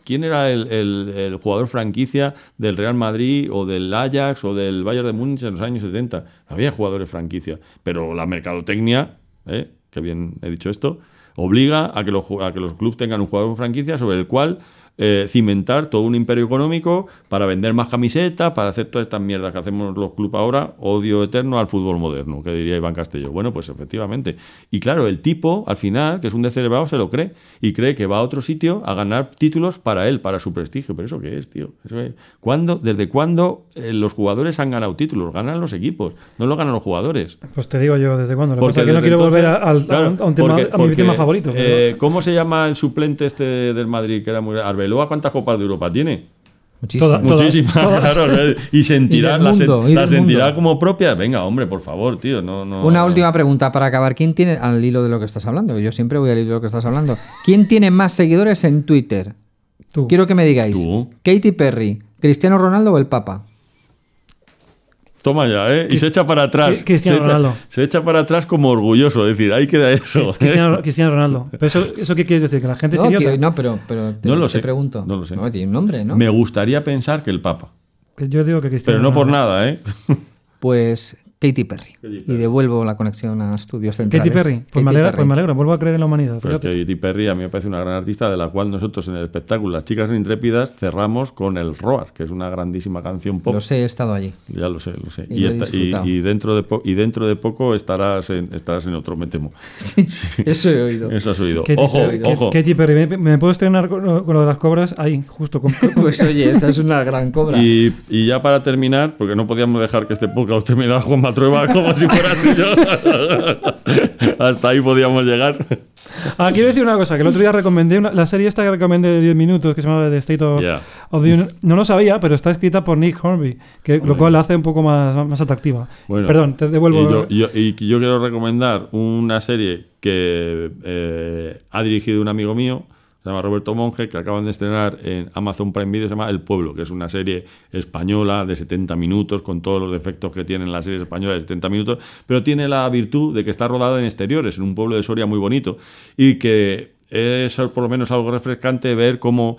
Speaker 2: ¿quién era el, el- el jugador franquicia del Real Madrid o del Ajax o del Bayern de Múnich en los años 70? Había jugadores franquicia, pero la mercadotecnia, ¿eh? que bien he dicho esto, obliga a que los, ju- a que los clubes tengan un jugador franquicia sobre el cual eh, cimentar todo un imperio económico para vender más camisetas, para hacer todas estas mierdas que hacemos los clubes ahora, odio eterno al fútbol moderno, que diría Iván Castelló. Bueno, pues efectivamente. Y claro, el tipo, al final, que es un descerebrado, se lo cree y cree que va a otro sitio a ganar títulos para él, para su prestigio. Pero eso qué es, tío. Eso es- ¿Cuándo- ¿Desde cuándo eh, los jugadores han ganado títulos? Ganan los equipos, no lo ganan los jugadores.
Speaker 1: Pues te digo yo desde cuándo. Lo que pasa es que no
Speaker 2: desde
Speaker 1: quiero volver a,
Speaker 2: entonces-
Speaker 1: al- a
Speaker 2: claro,
Speaker 1: un- a un tema,
Speaker 2: porque-
Speaker 1: a mi
Speaker 2: porque,
Speaker 1: tema favorito. pero-
Speaker 2: eh, ¿Cómo se llama el suplente este del Madrid que era muy Arbeloa, ¿cuántas copas de Europa tiene?
Speaker 3: Muchísimo.
Speaker 1: Toda- Todas,
Speaker 2: Muchísimas,
Speaker 1: todas.
Speaker 2: claro. ¿no? Y sentirá,
Speaker 3: Y del
Speaker 2: las
Speaker 3: mundo,
Speaker 2: sen-
Speaker 3: y
Speaker 2: las
Speaker 3: del
Speaker 2: sentirá
Speaker 3: mundo.
Speaker 2: como propias. Venga, hombre, por favor, tío. No, no,
Speaker 3: Una
Speaker 2: no.
Speaker 3: última pregunta para acabar. ¿Quién tiene, al hilo de lo que estás hablando, que yo siempre voy al hilo de lo que estás hablando, ¿quién tiene más seguidores en Twitter?
Speaker 1: Tú.
Speaker 3: Quiero que me digáis,
Speaker 2: Tú.
Speaker 3: Katy Perry, Cristiano Ronaldo o el Papa?
Speaker 2: Toma ya, ¿eh? Y se echa para atrás.
Speaker 1: Cri- Cristiano
Speaker 2: se echa,
Speaker 1: Ronaldo.
Speaker 2: Se echa para atrás como orgulloso. Es decir, ahí queda eso. ¿eh?
Speaker 1: Cristiano, Cristiano Ronaldo. Pero eso, ¿Eso qué quieres decir? ¿Que la gente es
Speaker 3: No,
Speaker 1: idiota?
Speaker 3: que- no, pero, pero te,
Speaker 2: No lo
Speaker 3: te
Speaker 2: sé,
Speaker 3: pregunto.
Speaker 2: no lo sé.
Speaker 3: tiene un nombre, ¿no?
Speaker 2: Me gustaría pensar que el Papa.
Speaker 1: Yo digo que Cristiano
Speaker 2: Pero no por
Speaker 1: Ronaldo.
Speaker 2: nada, ¿eh?
Speaker 3: Pues Katy Perry. Y devuelvo la conexión a estudios centrales.
Speaker 1: Katy Perry. Pues,
Speaker 3: Katy
Speaker 1: me alegra,
Speaker 3: Perry.
Speaker 1: pues me alegra, vuelvo a creer en la humanidad.
Speaker 2: Pero es
Speaker 1: fíjate.
Speaker 2: que Katy Perry a mí me parece una gran artista de la cual nosotros en el espectáculo Las chicas intrépidas cerramos con el Roar, que es una grandísima canción pop.
Speaker 3: Lo sé, he estado allí.
Speaker 2: Ya lo sé, lo sé.
Speaker 3: Y
Speaker 2: Y,
Speaker 3: lo he
Speaker 2: esta- y-
Speaker 3: disfrutado.
Speaker 2: y dentro de po- y dentro de poco estarás en, estarás en otro metemo.
Speaker 3: Sí, eso he oído.
Speaker 2: Eso has oído.
Speaker 1: Katy-
Speaker 2: Ojo,
Speaker 1: Katy-
Speaker 2: ojo.
Speaker 1: Katy Perry, ¿me, me puedo estrenar con, lo- con lo de las cobras? Ahí, justo. Con, con-
Speaker 3: Pues oye, esa es una gran cobra.
Speaker 2: Y, y ya para terminar, porque no podíamos dejar que este podcast terminara Juan Matrueva como si fuera yo. Hasta ahí podíamos llegar.
Speaker 1: Ah, quiero decir una cosa, que el otro día recomendé una- la serie esta que recomendé de 10 minutos, que se llama The State of,
Speaker 2: Ya.
Speaker 1: of the Union. No lo sabía, pero está escrita por Nick Hornby, que, lo cual la hace un poco más, más atractiva.
Speaker 2: Bueno,
Speaker 1: Perdón, te devuelvo.
Speaker 2: Y yo, yo- y yo quiero recomendar una serie que eh, ha dirigido un amigo mío, se llama Roberto Monge, que acaban de estrenar en Amazon Prime Video, se llama El Pueblo, que es una serie española de 70 minutos, con todos los defectos que tienen las series españolas de 70 minutos, pero tiene la virtud de que está rodada en exteriores, en un pueblo de Soria muy bonito, y que es por lo menos algo refrescante ver cómo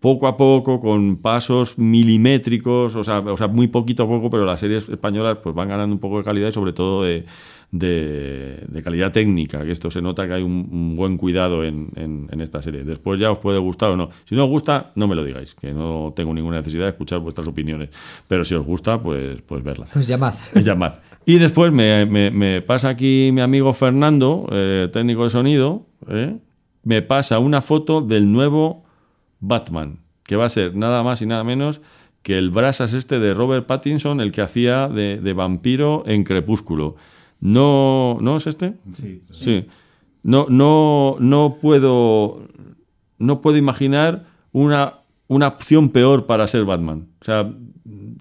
Speaker 2: poco a poco, con pasos milimétricos, o sea, o sea, muy poquito a poco, pero las series españolas pues van ganando un poco de calidad y sobre todo de, de- de calidad técnica, que esto se nota que hay un, un buen cuidado en, en- en esta serie. Después ya os puede gustar o no. Si no os gusta, no me lo digáis, que no tengo ninguna necesidad de escuchar vuestras opiniones. Pero si os gusta, pues, pues verla.
Speaker 3: Pues llamad.
Speaker 2: Es llamad. Y después me, me- me pasa aquí mi amigo Fernando, eh, técnico de sonido, ¿eh? me pasa una foto del nuevo Batman, que va a ser nada más y nada menos que el brasas este de Robert Pattinson, el que hacía de, de vampiro en Crepúsculo. No, ¿No es este? Sí. No, no, no puedo no puedo imaginar una, una opción peor para ser Batman. O sea,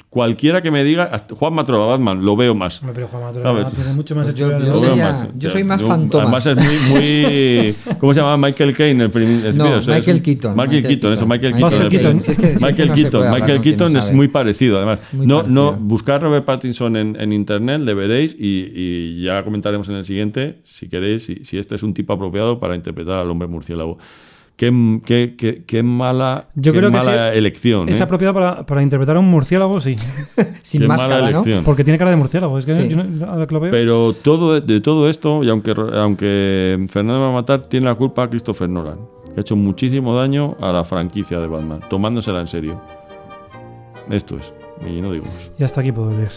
Speaker 2: cualquiera que me diga, hasta Juan Matrova Batman, lo veo más.
Speaker 1: Hombre, pero Juan
Speaker 2: A
Speaker 1: Matura
Speaker 2: ver.
Speaker 1: tiene mucho más
Speaker 3: Pues yo-
Speaker 1: historia de
Speaker 3: yo
Speaker 2: Lo
Speaker 1: lo-
Speaker 3: sé
Speaker 2: veo
Speaker 3: ya-
Speaker 2: más.
Speaker 3: yo soy más
Speaker 2: Yo-
Speaker 3: Fantomas.
Speaker 2: Además es muy, muy... ¿Cómo se llama? Michael Caine, el prim- el
Speaker 3: No,
Speaker 2: primero, o sea,
Speaker 3: Michael
Speaker 2: es un-
Speaker 3: Keaton,
Speaker 2: Michael
Speaker 3: Michael
Speaker 2: Keaton, eso, Michael
Speaker 3: Keaton.
Speaker 2: Keaton.
Speaker 1: Michael
Speaker 2: el prim-
Speaker 1: Keaton. Si
Speaker 3: es que- si es que
Speaker 2: Michael
Speaker 3: no se puede
Speaker 2: Keaton,
Speaker 3: hablar
Speaker 2: Michael
Speaker 3: con quien no
Speaker 2: Keaton es
Speaker 3: sabe.
Speaker 2: muy parecido, además.
Speaker 3: Muy
Speaker 2: no, no,
Speaker 3: parecido.
Speaker 2: buscar Robert Pattinson en, en internet, le veréis y, y ya comentaremos en el siguiente, si queréis, si, si este es un tipo apropiado para interpretar al hombre murciélago. Qué, qué- qué- qué mala,
Speaker 1: Yo
Speaker 2: qué
Speaker 1: creo que
Speaker 2: mala
Speaker 1: sí,
Speaker 2: elección.
Speaker 1: Es
Speaker 2: ¿eh?
Speaker 1: apropiado para, para interpretar a un murciélago, sí.
Speaker 3: Sin
Speaker 2: Qué
Speaker 3: máscara,
Speaker 2: mala
Speaker 3: ¿no?
Speaker 2: elección.
Speaker 1: Porque tiene cara de murciélago. Es que
Speaker 3: Sí.
Speaker 1: yo no- ahora que lo veo.
Speaker 2: Pero todo e, de todo esto, y aunque, aunque Fernando va a matar, tiene la culpa a Christopher Nolan, que ha hecho muchísimo daño a la franquicia de Batman, tomándosela en serio. Esto es, y no digo más.
Speaker 1: Y hasta aquí puedo leer.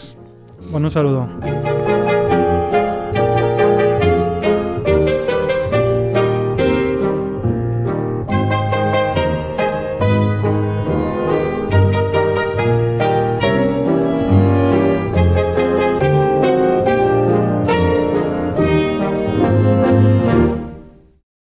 Speaker 1: Bueno, un saludo.